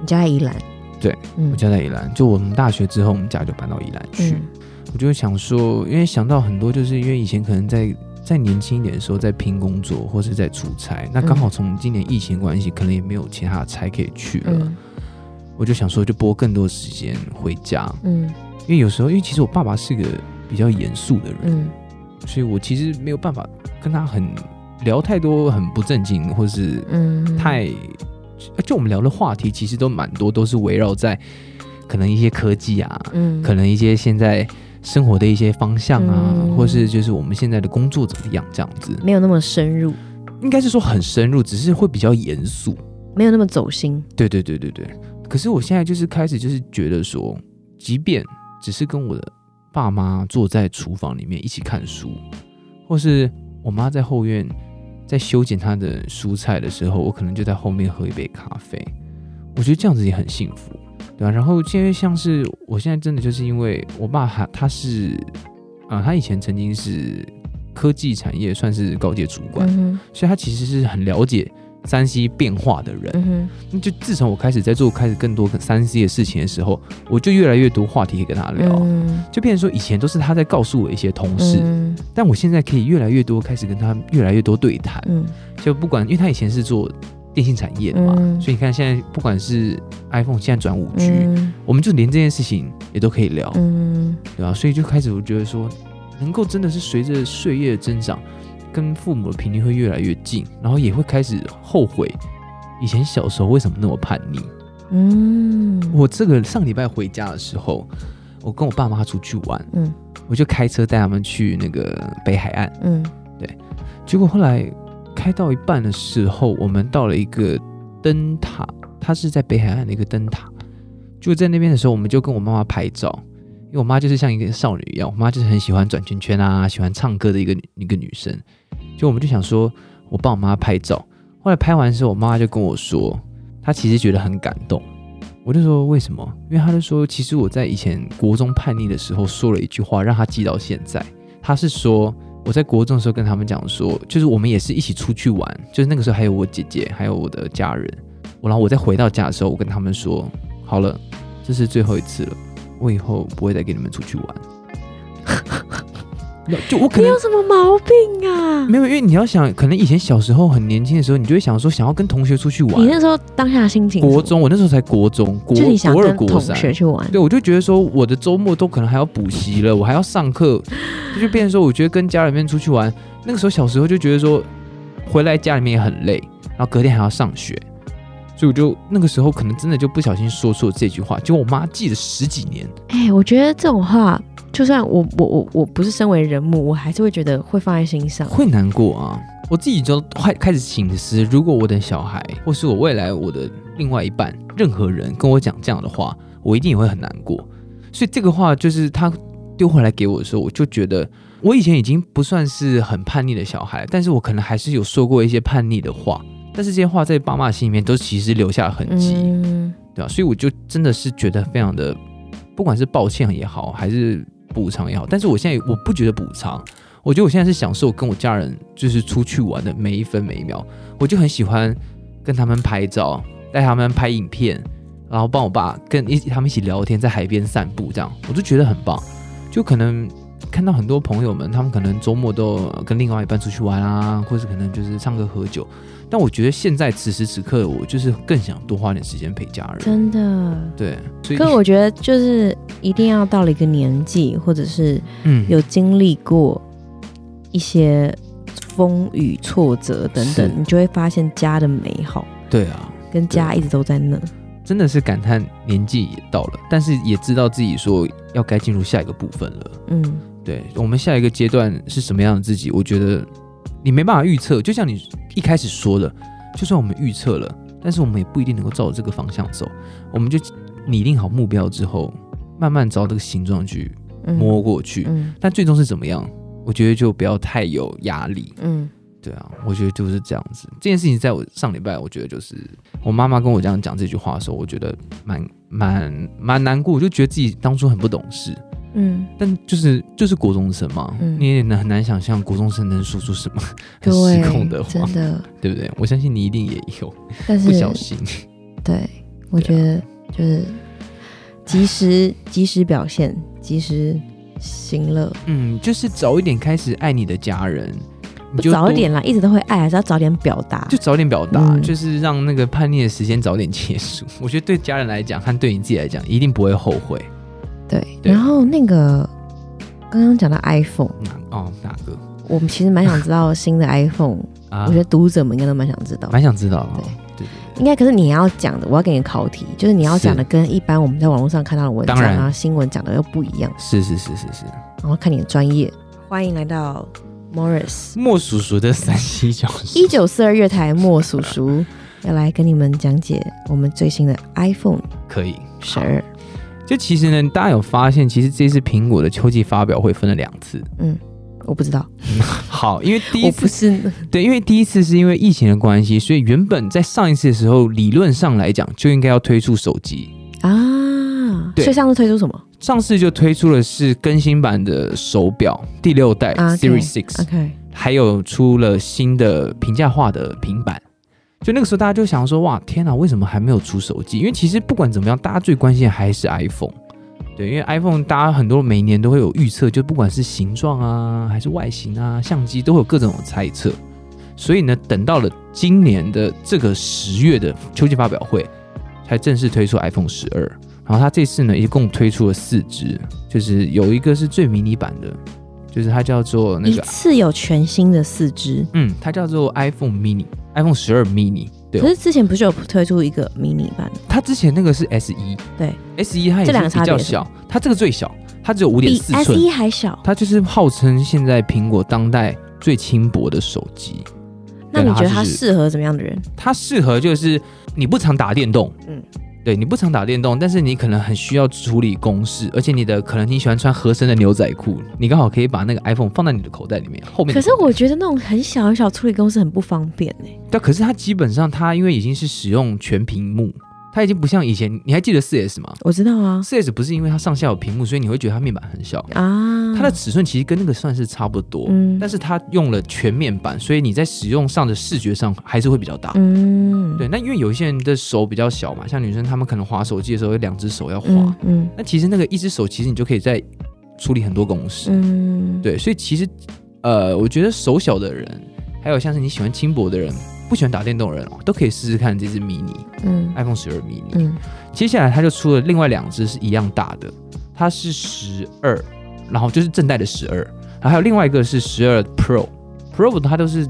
S2: 你家在宜兰，
S1: 对，
S2: 嗯
S1: 我家在宜兰，就我们大学之后，我们家就搬到宜兰去。
S2: 嗯
S1: 我就会想说，因为想到很多，就是因为以前可能在在年轻一点的时候在拼工作或是在出差，那刚
S2: 嗯
S1: 好从今年疫情关系，可能也没有其他的差可以去了，
S2: 嗯
S1: 我就想说就拨更多时间回家。
S2: 嗯
S1: 因为有时候，因为其实我爸爸是个比较严肃的人，
S2: 嗯
S1: 所以我其实没有办法跟他很聊太多很不正经或是
S2: 嗯，
S1: 太，就我们聊的话题其实都蛮多，都是围绕在可能一些科技啊，
S2: 嗯
S1: 可能一些现在生活的一些方向啊，
S2: 嗯
S1: 或是就是我们现在的工作怎么样这样子，
S2: 没有那么深入，
S1: 应该是说很深入，只是会比较严肃。
S2: 没有那么走心，
S1: 对对对对对。可是我现在就是开始就是觉得说，即便只是跟我的爸妈坐在厨房里面一起看书，或是我妈在后院在修剪她的蔬菜的时候，我可能就在后面喝一杯咖啡，我觉得这样子也很幸福，对啊，然后现在像是我现在真的就是因为我爸他他是啊、他以前曾经是科技产业算是高阶主管，
S2: 嗯哼
S1: 所以他其实是很了解山西变化的人。
S2: 嗯哼
S1: 那就自从我开始在做开始更多三 C 的事情的时候，我就越来越多话题可以跟他聊，
S2: 嗯
S1: 就变成说以前都是他在告诉我一些同事，
S2: 嗯
S1: 但我现在可以越来越多开始跟他越来越多对谈，
S2: 嗯
S1: 就不管因为他以前是做电信产业的嘛，
S2: 嗯
S1: 所以你看现在不管是 iPhone 现在转五 G，、
S2: 嗯
S1: 我们就连这件事情也都可以聊，
S2: 嗯
S1: 对吧、所以就开始我觉得说，能够真的是随着岁月的增长，跟父母的频率会越来越近，然后也会开始后悔以前小时候为什么那么叛逆。
S2: 嗯，
S1: 我这个上礼拜回家的时候，我跟我爸妈出去玩，
S2: 嗯
S1: 我就开车带他们去那个北海岸。
S2: 嗯
S1: 结果后来开到一半的时候，我们到了一个灯塔，它是在北海岸的一个灯塔。就在那边的时候，我们就跟我妈妈拍照，因为我妈就是像一个少女一样，我妈就是很喜欢转圈圈啊，喜欢唱歌的一个女一个女生。就我们就想说，我帮我妈拍照。后来拍完的时候，我妈妈就跟我说，她其实觉得很感动。我就说为什么？因为她就说，其实我在以前国中叛逆的时候说了一句话，让她记到现在。她是说，我在国中的时候跟他们讲说，就是我们也是一起出去玩，就是那个时候还有我姐姐，还有我的家人。我然后我再回到家的时候，我跟他们说，好了，这是最后一次了，我以后不会再跟你们出去玩。那就我 可
S2: 你
S1: 能
S2: 有什么毛病啊？
S1: 没有，因为你要想，可能以前小时候很年轻的时候，你就会想说想要跟同学出去
S2: 你
S1: 玩。
S2: 那时候当下心情是什么，
S1: 国中，我那时候才国中，国
S2: 就你想
S1: 国二、
S2: 跟
S1: 国
S2: 同
S1: 三，
S2: 学去玩，
S1: 对，我就觉得说我的周末都可能还要补习了，我还要上课，这就变成说，我觉得跟家里面出去玩，那个时候小时候就觉得说，回来家里面也很累，然后隔天还要上学，所以我就那个时候可能真的就不小心说错这句话，结果我妈记了十几年。
S2: 哎、我觉得这种话，就算我我我我不是身为人母，我还是会觉得会放在心上。
S1: 会难过啊！我自己就开开始醒思，如果我的小孩或是我未来我的另外一半，任何人跟我讲这样的话，我一定也会很难过。所以这个话就是他丢回来给我的时候，我就觉得我以前已经不算是很叛逆的小孩，但是我可能还是有说过一些叛逆的话，但是这些话在爸妈心里面都其实留下了痕迹。
S2: 嗯，
S1: 对啊，所以我就真的是觉得非常的，不管是抱歉也好，还是补偿也好，但是我现在我不觉得补偿，我觉得我现在是享受跟我家人就是出去玩的每一分每一秒，我就很喜欢跟他们拍照，带他们拍影片，然后帮我爸跟一他们一起聊天，在海边散步，这样我就觉得很棒，就可能。看到很多朋友们，他们可能周末都呃跟另外一半出去玩啊，或是可能就是唱歌喝酒。但我觉得现在此时此刻，我就是更想多花点时间陪家人。
S2: 真的。
S1: 对，所以
S2: 可我觉得就是一定要到了一个年纪，或者是
S1: 嗯
S2: 有经历过一些风雨、挫折等
S1: 是
S2: 等，你就会发现家的美好，
S1: 对啊，
S2: 跟家一直都在那。
S1: 真的是感叹年纪也到了，但是也知道自己说要该进入下一个部分了。
S2: 嗯，
S1: 对我们下一个阶段是什么样的自己，我觉得你没办法预测。就像你一开始说的，就算我们预测了，但是我们也不一定能够照着这个方向走。我们就拟定好目标之后，慢慢照这个形状去
S2: 嗯
S1: 摸过去。
S2: 嗯
S1: 但最终是怎么样，我觉得就不要太有压力。
S2: 嗯
S1: 对啊，我觉得就是这样子。这件事情在我上礼拜，我觉得就是我妈妈跟我这样讲这句话的时候，我觉得蛮蛮蛮难过，我就觉得自己当初很不懂事。
S2: 嗯，
S1: 但就是就是国中生嘛，
S2: 嗯
S1: 你也很难想象国中生能说出什么很
S2: 对，
S1: 失控的话，
S2: 真的。
S1: 对不对？我相信你一定也有
S2: 但
S1: 不小
S2: 是，
S1: 心，
S2: 对，我觉得
S1: 啊
S2: 就是及时及时表现，及时行乐，
S1: 嗯，就是早一点开始爱你的家人，你就
S2: 早
S1: 多
S2: 一点啦，一直都会爱，还是要早点表达。
S1: 就早点表达，
S2: 嗯
S1: 就是让那个叛逆的时间早点结束。 我觉得对家人来讲和对你自己来讲，一定不会后悔。
S2: 对，
S1: 对
S2: 然后那个刚刚讲到 iPhone，
S1: 哪哦哪个
S2: 我们其实蛮想知道新的 iPhone，、
S1: 啊？
S2: 我觉得读者们应该都蛮想知道。
S1: 蛮想知道的哦。对对
S2: 应该可是你要讲的，我要给你考题，就是你要讲的跟一般我们在网络上看到的文章
S1: 当然
S2: 然后新闻讲的又不一样，
S1: 对，是是是是是。
S2: 然后看你的专业。欢迎来到 Morris，
S1: 莫叔叔的三七小时
S2: 一九四二月台莫 叔叔要来跟你们讲解我们最新的 iPhone
S1: 可以
S2: 十二。
S1: 就其实呢，大家有发现，其实这次苹果的秋季发表会分了两次。
S2: 我不知道，
S1: 好，因为第一
S2: 我不
S1: 次
S2: 是
S1: 对，因为第一次是因为疫情的关系，所以原本在上一次的时候，理论上来讲就应该要推出手机。
S2: 啊，
S1: 对
S2: 所以上次推出什么
S1: 上次就推出的是更新版的手表第六代
S2: 啊
S1: Series Six，、
S2: ？OK，
S1: 还有出了新的平价化的平板。就那个时候，大家就想说，哇，天哪，为什么还没有出手机？因为其实不管怎么样，大家最关心的还是 iPhone。对，因为 iPhone 大家很多每年都会有预测，就不管是形状啊，还是外形啊，相机都会有各种猜测。所以呢，等到了今年的这个十月的秋季发表会，才正式推出 iPhone 十二。然后它这次呢，一共推出了四支，就是有一个是最迷你版的，就是它叫做那
S2: 一
S1: 个
S2: 次有全新的四支，
S1: 嗯，它叫做 iPhone mini、iPhone 十二 mini。对哦
S2: 可，是之前不是有推出一个迷你版
S1: 它之前那个是 S 一，
S2: 对
S1: ，S 一它
S2: 这两
S1: 也
S2: 个
S1: 是
S2: 差
S1: 比较
S2: 别是
S1: 小，它这个最小，它只有五点
S2: 比
S1: 四
S2: S
S1: 寸，
S2: 一还小？
S1: 它就是号称现在苹果当代最轻薄的手机。
S2: 那你觉得它
S1: 就是
S2: 适合怎么样的人？
S1: 它适合就是你不常打电动，嗯
S2: 嗯，
S1: 对你不常打电动，但是你可能很需要处理公事，而且你的可能你喜欢穿合身的牛仔裤，你刚好可以把那个 iPhone 放在你的口袋里面后面
S2: 可
S1: 的口袋。
S2: 是我觉得那种很小很小处理公司很不方便哎、
S1: 但可是它基本上它因为已经是使用全屏幕，它已经不像以前，你还记得四 S 吗？
S2: 我知道啊
S1: 四 S 不是因为它上下有屏幕，所以你会觉得它面板很小，
S2: 啊，
S1: 它的尺寸其实跟那个算是差不多，
S2: 嗯
S1: 但是它用了全面板，所以你在使用上的视觉上还是会比较大。
S2: 嗯
S1: 对，那因为有一些人的手比较小嘛，像女生她们可能划手机的时候，有两只手要划，
S2: 嗯嗯
S1: 那其实那个一只手其实你就可以在处理很多公事。
S2: 嗯，
S1: 对，所以其实呃，我觉得手小的人，还有像是你喜欢轻薄的人，不喜欢打电动的人哦，都可以试试看这只 mini
S2: 嗯
S1: iPhone 十二 mini。
S2: 嗯
S1: 接下来它就出了另外两只是一样大的，它是十二，然后就是正代的十二，然后还有另外一个是十二 Pro。Pro 它都是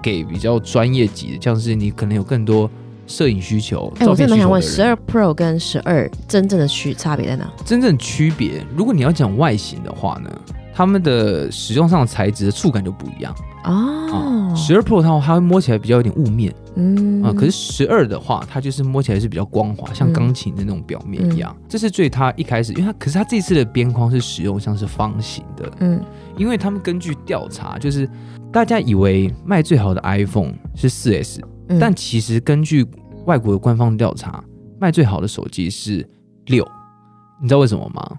S1: 给比较专业级的，像是你可能有更多摄影需求、
S2: 哎、
S1: 照
S2: 我真
S1: 片
S2: 的
S1: 需求
S2: 蛮想
S1: 的
S2: 问，
S1: 人。
S2: 十二 Pro 跟十二真正的区差别在哪？
S1: 真正区别，如果你要讲外形的话呢，它们的使用上的材质的触感就不一样啊
S2: 哦。，
S1: 十二、Pro 的话，它会摸起来比较有点雾面
S2: 嗯
S1: 啊、可是十二的话，它就是摸起来是比较光滑，像
S2: 嗯
S1: 钢琴的那种表面一样。这是最它一开始，因为它可是它这次的边框是使用像是方形的，
S2: 嗯
S1: 因为他们根据调查，就是大家以为卖最好的 iPhone 是四 S，、
S2: 嗯
S1: 但其实根据外国的官方调查，卖最好的手机是六，你知道为什么吗？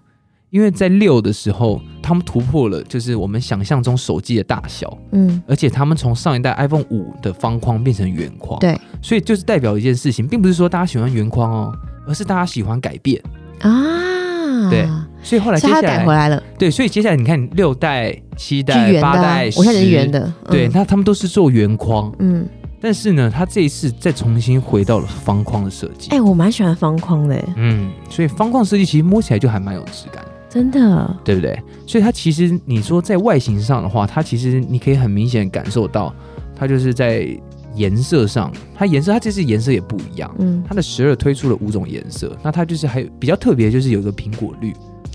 S1: 因为在六的时候，他们突破了就是我们想象中手机的大小，
S2: 嗯
S1: 而且他们从上一代 iPhone 五的方框变成圆框，
S2: 对，
S1: 所以就是代表一件事情，并不是说大家喜欢圆框哦，而是大家喜欢改变。
S2: 啊，
S1: 对所以后来接
S2: 所以
S1: 下
S2: 他改回
S1: 来，
S2: 来了，
S1: 对，所以接下来你看六代、七
S2: 是
S1: 代、
S2: 圆的
S1: 八
S2: 啊
S1: 代，，
S2: 我现在是圆
S1: 十，
S2: 的，嗯
S1: 对，，那他们都是做圆框，
S2: 嗯，
S1: 但是呢，他这一次再重新回到了方框的设计。
S2: 哎，我蛮喜欢方框的，
S1: 嗯，所以方框设计其实摸起来就还蛮有质感，
S2: 真的，
S1: 对不对？所以它其实你说在外形上的话，它其实你可以很明显感受到，它就是在颜色上，它颜色它这次颜色也不一样，
S2: 嗯，
S1: 它的十二推出了五种颜色，那它就是还有比较特别，就是有个苹果绿，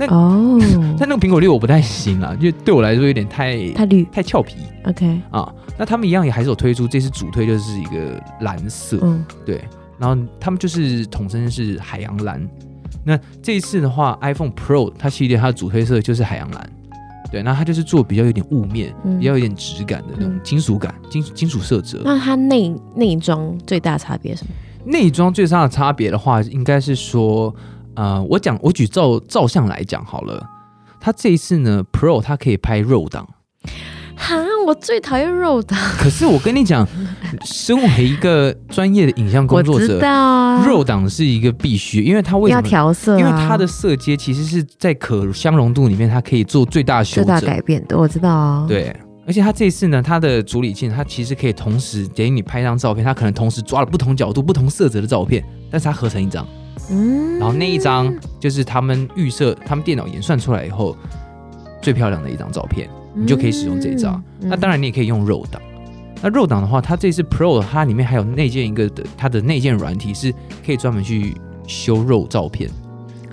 S2: 哦，
S1: 但那个苹果绿我不太行啦，就对我来说有点太
S2: 它绿
S1: 太俏皮
S2: ，OK，
S1: 啊。那他们一样也还是有推出，这次主推就是一个蓝色，
S2: 嗯，
S1: 对，然后他们就是统称是海洋蓝。那这一次的话，iPhone Pro 它系列它的主推色就是海洋蓝，对，那它就是做比较有点雾面，
S2: 嗯
S1: 比较有点质感的那种
S2: 嗯
S1: 金属感、金金属色泽。
S2: 那它内内装最大差别是什么？
S1: 内装最大的差别的话，应该是说，呃，我讲我举照照相来讲好了，它这一次呢 Pro 它可以拍肉 档，
S2: 哈，我最讨厌肉的，
S1: 可是我跟你讲，身为一个专业的影像
S2: 我
S1: 工作
S2: 知
S1: 者，
S2: 道啊，
S1: 肉档是一个必须，因为它为什
S2: 要
S1: 么？
S2: 调色啊，
S1: 因为它的色阶其实是在可相容度里面，它可以做最大的修
S2: 最大
S1: 正。
S2: 改变的，我知道啊，，
S1: 对，而且它这次呢，它的处理器它其实可以同时给你拍一张照片，它可能同时抓了不同角度、不同色泽的照片，但是它合成一张，
S2: 嗯，
S1: 然后那一张就是他们预设、他们电脑演算出来以后最漂亮的一张照片。你就可以使用这一招
S2: 嗯。
S1: 那当然，你也可以用肉档。那肉档的话，它这次 Pro 它里面还有内建一个的，它的内建软体是可以专门去修肉照片。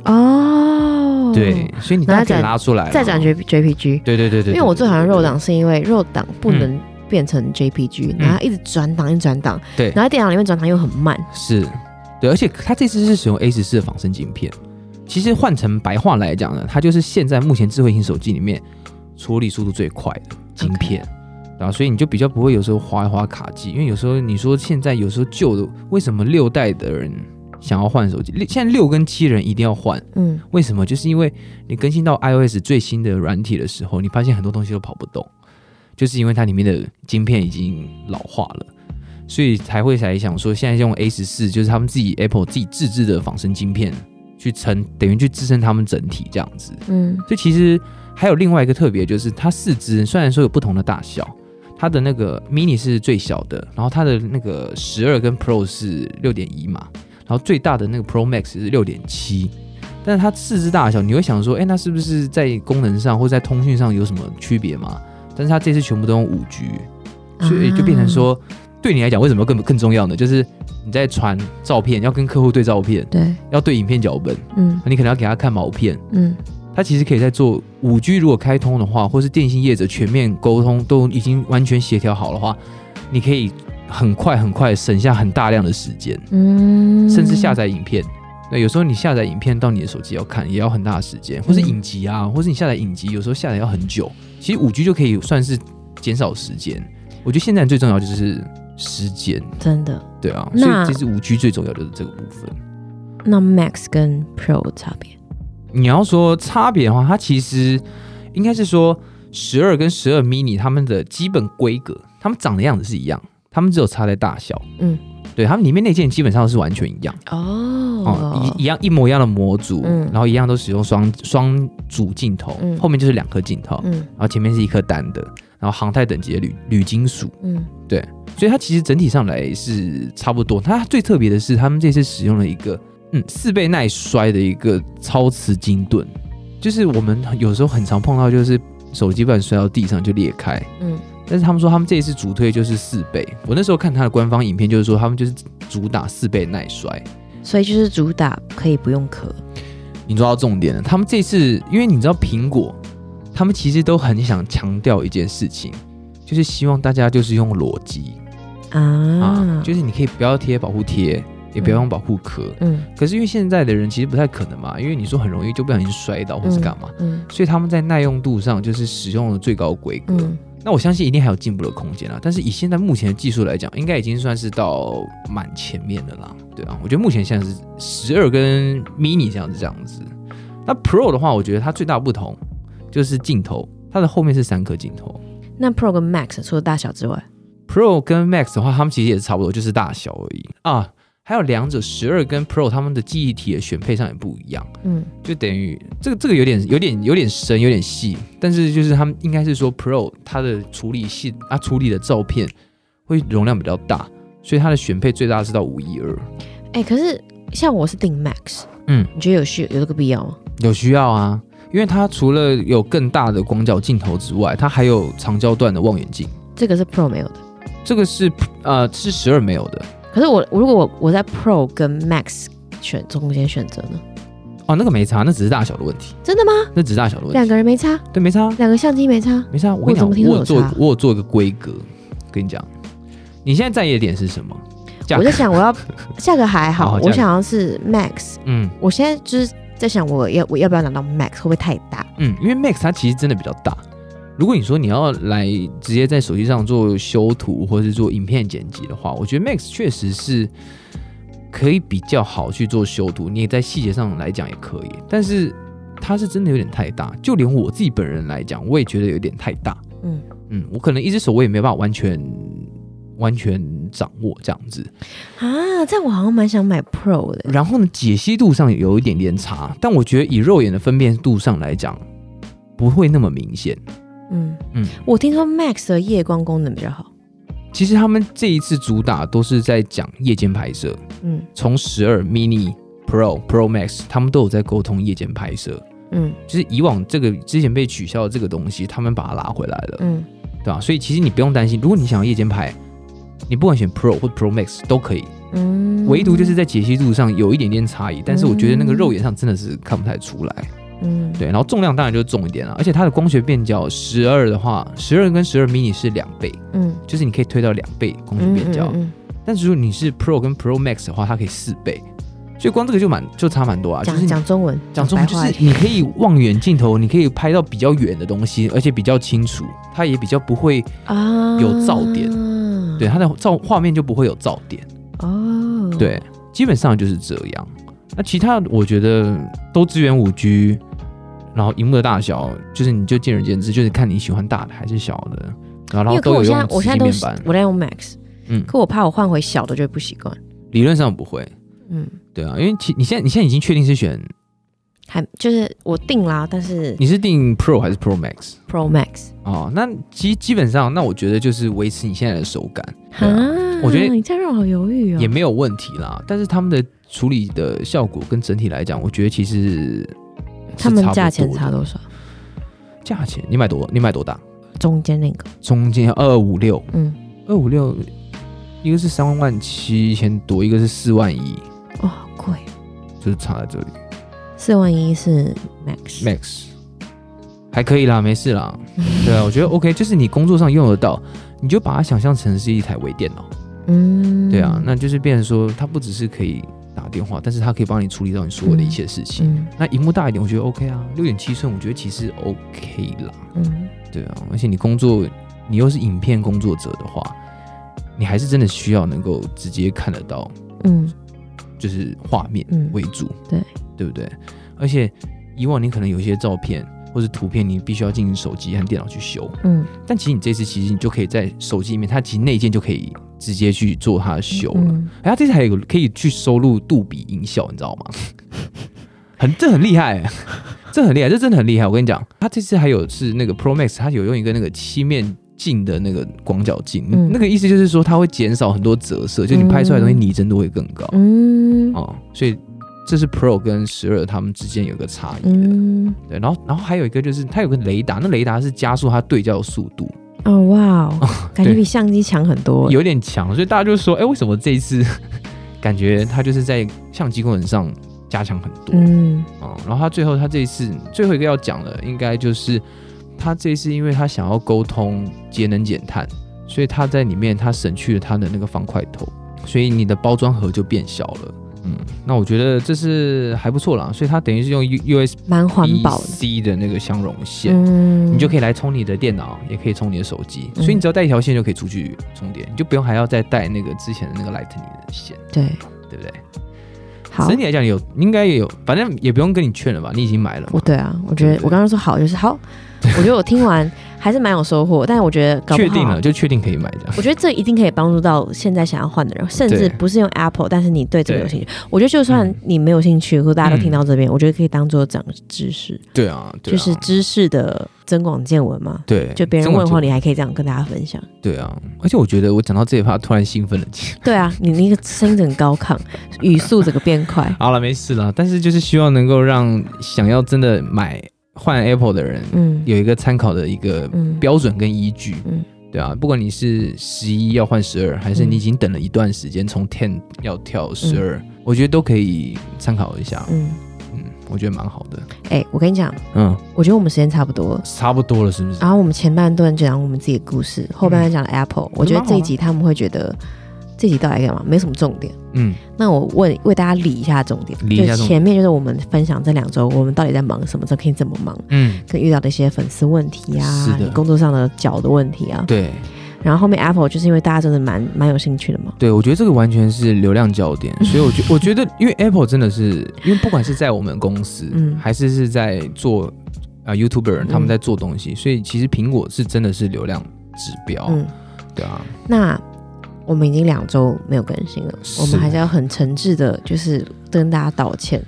S2: 嗯哦，
S1: 对，，所以你
S2: 然
S1: 大可
S2: 后
S1: 以
S2: 再
S1: 拉出来，
S2: 再转。JPG，
S1: 对对对对，
S2: 因为我最讨厌肉档，是因为肉档不
S1: 嗯
S2: 能变成 JPG，、
S1: 嗯
S2: 然后一直转档，一直转档，
S1: 对
S2: 然后电脑里面转档又很慢，
S1: 是，对，而且它这次是使用 A 十四的仿生晶片。其实换成白话来讲呢，它就是现在目前智慧型手机里面处理速度最快的晶片。然后，所以你就比较不会有时候滑一滑卡机，因为有时候你说现在有时候旧的，为什么六代的人想要换手机？六现在六跟七人一定要换，
S2: 嗯，
S1: 为什么？就是因为你更新到 iOS 最新的软体的时候，你发现很多东西都跑不动，就是因为它里面的晶片已经老化了，所以才会才想说现在用 A 十四，就是他们自己 Apple 自己自制的仿生晶片去撑，等于去支撑他们整体这样子。
S2: 嗯，
S1: 所以其实还有另外一个特别，就是它四肢虽然说有不同的大小，它的那个 mini 是最小的，然后它的那个十二跟 Pro 是六点一嘛，然后最大的那个 Pro Max 是六点七。但是它四肢大小，你会想说，哎、那是不是在功能上或在通讯上有什么区别吗？但是它这次全部都用五 G，所以就变成
S2: 啊、
S1: 说，对你来讲为什么更更重要呢？就是你在传照片，要跟客户对照片，
S2: 对，
S1: 要对影片脚本，
S2: 嗯
S1: 你可能要给他看毛片，
S2: 嗯，
S1: 它其实可以在做五 G 如果开通的话，或是电信业者全面沟通都已经完全协调好的话，你可以很快很快省下很大量的时间，
S2: 嗯，
S1: 甚至下载影片。那有时候你下载影片到你的手机要看，也要很大的时间，或是影集啊，或是你下载影集，有时候下载要很久。其实五 G 就可以算是减少时间。我觉得现在最重要就是时间，
S2: 真的。
S1: 对啊，所
S2: 那
S1: 以其实五 G 最重要就是这个部分。
S2: 那 Max 跟 Pro 的差别，
S1: 你要说差别的话，它其实应该是说十二跟十二 mini 它们的基本规格，它们长的样子是一样，它们只有差在大小。
S2: 嗯，
S1: 对，它们里面内建基本上是完全一样，哦、
S2: 哦
S1: 一一样一模一样的模组，
S2: 嗯
S1: 然后一样都使用双双主镜头，
S2: 嗯
S1: 后面就是两颗镜头，
S2: 嗯
S1: 然后前面是一颗单的，然后航太等级的铝铝金属，
S2: 嗯，
S1: 所以它其实整体上来是差不多。它最特别的是，他们这次使用了一个嗯四倍耐摔的一个超磁晶盾，就是我们有时候很常碰到，就是手机不然摔到地上就裂开。
S2: 嗯，
S1: 但是他们说他们这一次主推就是四倍。我那时候看它的官方影片，就是说他们就是主打四倍耐摔。
S2: 所以就是主打可以不用壳，
S1: 你抓到重点了，他们这次因为你知道苹果，他们其实都很想强调一件事情，就是希望大家就是用裸机。
S2: 啊，
S1: 啊，就是你可以不要贴保护贴，也不要用保护壳。
S2: 嗯
S1: 可是因为现在的人其实不太可能嘛，因为你说很容易就不小心摔倒或是干嘛，
S2: 嗯
S1: 所以他们在耐用度上就是使用了最高规格。
S2: 嗯
S1: 那我相信一定还有进步的空间啦，啊但是以现在目前的技术来讲，应该已经算是到蛮前面的啦。对啊，我觉得目前现在是十二跟 mini 这样子这样子。那 Pro 的话，我觉得它最大不同就是镜头，它的后面是三颗镜头。
S2: 那 Pro 跟 Max 除了大小之外，
S1: Pro 跟 Max 的话，他们其实也是差不多，就是大小而已啊。还有两者十二跟 Pro 他们的记忆体的选配上也不一样，
S2: 嗯
S1: 就等于这个这个有点有点有点深，有点细，但是就是他们应该是说 Pro 它的处理系啊处理的照片会容量比较大，所以它的选配最大是到五一二，
S2: 哎、可是像我是订 Max，
S1: 嗯，
S2: 你觉得有需有这个必要吗？
S1: 有需要啊，因为它除了有更大的广角镜头之外，它还有长焦段的望远镜，
S2: 这个是 Pro 没有的。
S1: 这个是呃是十二没有的
S2: 可是我我如果我我在 Pro 跟 Max 选中间选择呢？
S1: 哦，那个没差，那只是大小的问题，
S2: 真的吗？
S1: 那只是大小的问
S2: 两
S1: 题，
S2: 个人没差，
S1: 对，没差啊，
S2: 两个相机没差。
S1: 没事啊，我跟你讲，
S2: 我怎么
S1: 我
S2: 听都有
S1: 有做
S2: 差
S1: 我有做一个规格，跟你讲，你现在在意的点是什么？价
S2: 我
S1: 格
S2: 在想我 要哦价格还好，
S1: 好价格
S2: 我想要是 Max。
S1: 嗯
S2: 我现在就是在想我要我要不要拿到 Max 会不会太大？
S1: 嗯，因为 Max 它其实真的比较大。如果你说你要来直接在手机上做修图或是做影片剪辑的话，我觉得 Max 确实是可以比较好去做修图，你也在细节上来讲也可以，但是它是真的有点太大，就连我自己本人来讲，我也觉得有点太大。
S2: 嗯
S1: 嗯，我可能一只手我也没有办法完全完全掌握这样子。
S2: 啊，这样我好像蛮想买 Pro 的。
S1: 然后呢，解析度上有一点点差，但我觉得以肉眼的分辨度上来讲，不会那么明显。
S2: 嗯
S1: 嗯
S2: 嗯，我听说 Max 的夜光功能比较好。
S1: 其实他们这一次主打都是在讲夜间拍摄，
S2: 嗯
S1: 从十二 mini、Pro、Pro Max，他们都有在沟通夜间拍摄。
S2: 嗯
S1: 就是以往这个之前被取消的这个东西，他们把它拉回来了，
S2: 嗯，
S1: 对吧？所以其实你不用担心，如果你想要夜间拍，你不管选 Pro 或 Pro Max 都可以，
S2: 嗯，
S1: 唯独就是在解析度上有一点点差异，但是我觉得那个肉眼上真的是看不太出来。
S2: 嗯
S1: 对，然后重量当然就重一点了，而且它的光学变焦十二的话，十二跟十二 mini 是两倍，
S2: 嗯
S1: 就是你可以推到两倍光学
S2: 嗯
S1: 变焦。
S2: 嗯
S1: 但是如果你是 Pro 跟 Pro Max 的话，它可以四倍，所以光这个就蛮就差蛮多啊。
S2: 嗯
S1: 就是
S2: 讲
S1: 你
S2: 讲中文，
S1: 讲中
S2: 白
S1: 文就
S2: 话
S1: 是
S2: 一点
S1: 你可以望远镜头，你可以拍到比较远的东西，而且比较清楚，它也比较不会
S2: 啊
S1: 有噪点，对它的照画面就不会有噪点。
S2: 哦，
S1: 对，基本上就是这样。那其他的我觉得都支援五 G，然后荧幕的大小就是你就见仁见智，就是看你喜欢大的还是小的，然后然后
S2: 因为可
S1: 都有
S2: 我现在
S1: 用
S2: 我
S1: 磁
S2: 现在
S1: 性
S2: 都
S1: 面
S2: 是
S1: 板，
S2: 我在用 Max，
S1: 嗯，
S2: 可我怕我换回小的就会不习惯，
S1: 理论上不会，
S2: 嗯，
S1: 对啊，因为其你现在你现在已经确定是选
S2: 还就是我定啦，但是
S1: 你是定 Pro 还是 Pro Max
S2: Pro Max
S1: 哦？那基基本上那我觉得就是维持你现在的手感，对啊
S2: 啊
S1: 我觉得
S2: 你这样让我好犹豫哦，
S1: 也没有问题啦。但是他们的处理的效果跟整体来讲，我觉得其实
S2: 他们
S1: 是不
S2: 价钱
S1: 多
S2: 差
S1: 的
S2: 多少？
S1: 价钱，你买多你买多大？
S2: 中间那个，
S1: 中间二五六，
S2: 嗯，
S1: 二五六，一个是三万七千多，一个是四万一，
S2: 哦，好贵，
S1: 就是差在这里。
S2: 四万一是 Max，
S1: Max 还可以啦，没事 啦。对啊，我觉得 OK，就是你工作上用得到，你就把它想象成是一台微电脑。
S2: 嗯，
S1: 对啊，那就是变成说，它不只是可以打电话，但是它可以帮你处理到你所有的一切事情。
S2: 嗯
S1: 那荧幕大一点，我觉得 OK 啊，六点七寸，我觉得其实 OK 啦。
S2: 嗯，
S1: 对啊，而且你工作，你又是影片工作者的话，你还是真的需要能够直接看得到
S2: 嗯
S1: 就是画面
S2: 嗯
S1: 为主，
S2: 对
S1: 对不对？而且以往你可能有一些照片或是图片，你必须要进行手机和电脑去修，
S2: 嗯，
S1: 但其实你这次其实你就可以在手机里面，它其实内建就可以直接去做它的修了。
S2: 嗯
S1: 哎、它这次还有可以去收录杜比音效，你知道吗？很这很厉害、这很厉害，这真的很厉害。我跟你讲，它这次还有是那个 Pro Max，它有用一个那个七面。镜的那个广角镜，
S2: 嗯
S1: 那个意思就是说，它会减少很多折射，就你拍出来的东西
S2: 嗯
S1: 拟真度会更高。
S2: 嗯
S1: 哦，所以这是 Pro 跟十二他们之间有个差异的。
S2: 嗯，
S1: 对，然后然后还有一个就是它有个雷达，那雷达是加速它对焦的速度，
S2: 哦哇哦，感觉比相机强很多，
S1: 有点强，所以大家就说，哎，为什么这一次 感觉它就是在相机功能上加强很多？
S2: 嗯
S1: 哦，然后他最后他这一次最后一个要讲的，应该就是他这一次，因为他想要沟通节能减碳，所以他在里面他省去了他的那个方块头，所以你的包装盒就变小了。嗯，那我觉得这是还不错啦，所以它等于是用 U USB
S2: 蛮环保的，
S1: C 的那个相容线，
S2: 嗯
S1: 你就可以来充你的电脑，也可以充你的手机，
S2: 嗯
S1: 所以你只要带一条线就可以出去充电，你就不用还要再带那个之前的那个 Lightning 的线，
S2: 对，
S1: 对不对？
S2: 好
S1: 整。体来讲有应该也有，反正也不用跟你劝了吧，你已经买了嘛
S2: 我。对啊，我觉得
S1: 对不对
S2: 我刚刚说好就是好，我觉得我听完还是蛮有收获，但是我觉得搞不
S1: 确
S2: 好
S1: 定了就确定可以买这样。
S2: 我觉得这一定可以帮助到现在想要换的人，甚至
S1: 对
S2: 不是用 Apple，但是你对这个有
S1: 对
S2: 兴趣。我觉得就算
S1: 嗯
S2: 你没有兴趣，或大家都
S1: 嗯
S2: 听到这边，我觉得可以当做长知识，
S1: 对啊，对啊
S2: 就是知识的增广见闻嘛。
S1: 对，
S2: 就别人
S1: 这
S2: 问
S1: 我
S2: 的
S1: 觉
S2: 话，
S1: 得
S2: 你还可以这样跟大家分享。
S1: 对啊，而且我觉得我讲到这一趴突然兴奋了起来。
S2: 对啊，你那个声音很高亢，语速整个变快。
S1: 好了，没事了。但是就是希望能够让想要真的买换 Apple 的人
S2: 嗯
S1: 有一个参考的一个
S2: 嗯
S1: 标准跟依据。
S2: 嗯
S1: 对啊，不管你是十一要换十二，还是
S2: 嗯
S1: 你已经等了一段时间从 ten 要跳十二、我觉得都可以参考一下。
S2: 嗯，
S1: 嗯，我觉得蛮好的。
S2: 哎、我跟你讲，
S1: 嗯，
S2: 我觉得我们时间差不多了。
S1: 差不多了，是不是？
S2: 然后我们前半段讲我们自己的故
S1: 嗯
S2: 事，后半段讲了 Apple、我觉得这一集他们会觉得这集到底干嘛？没什么重点。
S1: 嗯，
S2: 那我问为大家理一下重点，
S1: 理一下重点
S2: 就前面就是我们分享这两周我们到底在忙什么，这可以怎么忙，
S1: 嗯，
S2: 跟遇到的一些粉丝问题啊
S1: 是，的
S2: 你工作上的脚的问题啊。
S1: 对
S2: 然后后面 Apple 就是因为大家真的蛮蛮有兴趣的嘛。
S1: 对，我觉得这个完全是流量焦点，所以我 觉我觉得，因为 Apple 真的是，因为不管是在我们公司，
S2: 嗯
S1: 还是是在做啊、呃 YouTuber 人他们在做东西，所以其实苹果是真的是流量指标，
S2: 嗯，
S1: 对啊，
S2: 那我们已经两周没有更新了，
S1: 是
S2: 我们还是要很诚挚的，就是跟大家道歉。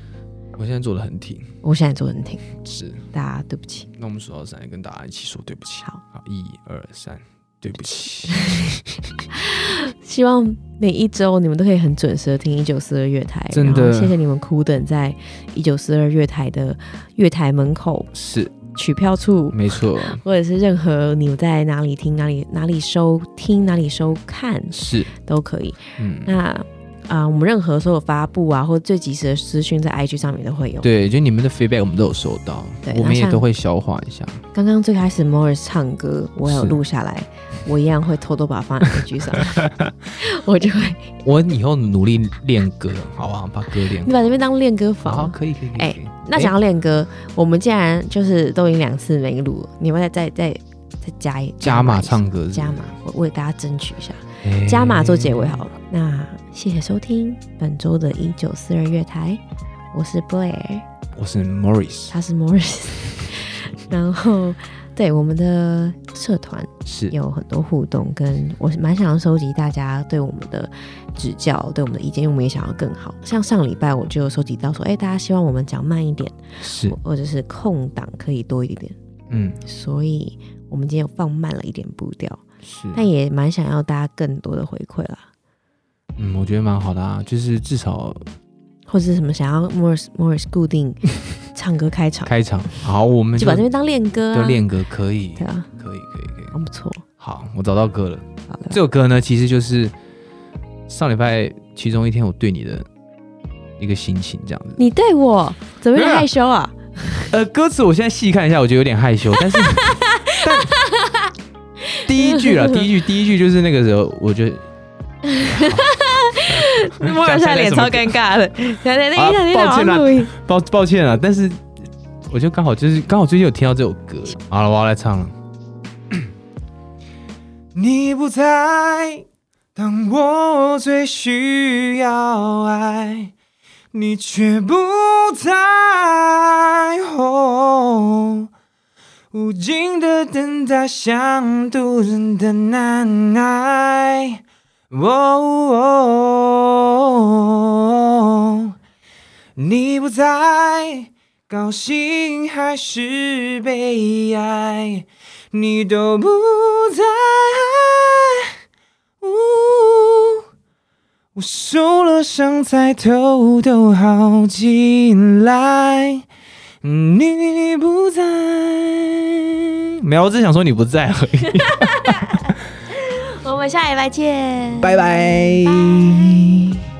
S1: 我现在做的很挺，
S2: 我现在做得很挺，
S1: 是。
S2: 大家对不起。
S1: 那我们数到三，跟大家一起说对不起。
S2: 好，
S1: 一二三，对不起。
S2: 希望每一周你们都可以很准时的听一九四二月台，
S1: 真的
S2: 然后谢谢你们苦等在一九四二月台的月台门口
S1: 是，
S2: 取票处，
S1: 没错，
S2: 或者是任何你们在哪里听、哪里哪里收听、哪里收看
S1: 是，
S2: 都可以。
S1: 嗯，
S2: 那啊、我们任何所有发布啊，或最及时的资讯在 IG 上面都会有。
S1: 对，就你们的 feedback 我们都有收到
S2: 对，
S1: 我
S2: 那
S1: 们也
S2: 像
S1: 都会消化一下。
S2: 刚刚最开始 Morris 唱歌，我有
S1: 是
S2: 录下来，我一样会偷偷把它放在 IG 上，我就会
S1: 我以后努力练歌，好不好？把歌练
S2: 你。把这边当练歌房。
S1: 好，可以，可以，可以
S2: 哎
S1: 可以。
S2: 那想要练歌，我们既然就是都已经两次没录，你们再再再再加一
S1: 加码
S2: 一下
S1: 唱歌是不是
S2: 加码，我为大家争取一下，
S1: 哎
S2: 加码做结尾好了。那谢谢收听本周的一九四二月台，我是 Blair，
S1: 我是 Morris，
S2: 他是 Morris，然后对我们的社团
S1: 是
S2: 有很多互动，跟我是蛮想要收集大家对我们的指教、对我们的意见，因为我们也想要更好。像上礼拜我就有收集到说，哎、大家希望我们讲慢一点。
S1: 是，
S2: 或者是空档可以多一点，
S1: 嗯，
S2: 所以我们今天有放慢了一点步调，
S1: 是。
S2: 但也蛮想要大家更多的回馈啦，
S1: 嗯，我觉得蛮好的啊，就是至少
S2: 或者是什么想要 Morris Morris 固定唱歌开场，
S1: 开场好，我们
S2: 就
S1: 就
S2: 把这边当练歌
S1: 就
S2: 啊，
S1: 练歌，可以，
S2: 对啊，
S1: 可以，可以，可以。
S2: 很不错，
S1: 好，我找到歌了。
S2: 好的，
S1: 这首歌呢，其实就是上礼拜其中一天我对你的一个心情，这样子。
S2: 你对我怎么有点害羞啊？
S1: 呃，歌词我现在细看一下，我觉得有点害羞，但是但 第一句啦，第一句，第一句就是那个时候，我觉得。
S2: 莫尔现在脸超尴尬的，来来来，
S1: 啊
S2: 那
S1: 抱歉啦
S2: 录音，
S1: 抱抱歉啊，但是我就刚好就是刚好最近有听到这首歌，好了，我要来唱了。
S3: 你不在，当我最需要爱，你却不在。哦无尽的等待，像渡人的难挨。哦哦你不在，高兴还是悲哀，你都不在。呜我受了伤才偷偷好起来，你不 在。
S1: 没有，我只想说你不在而已。
S2: 我们下礼拜见，
S3: 拜拜。
S2: 拜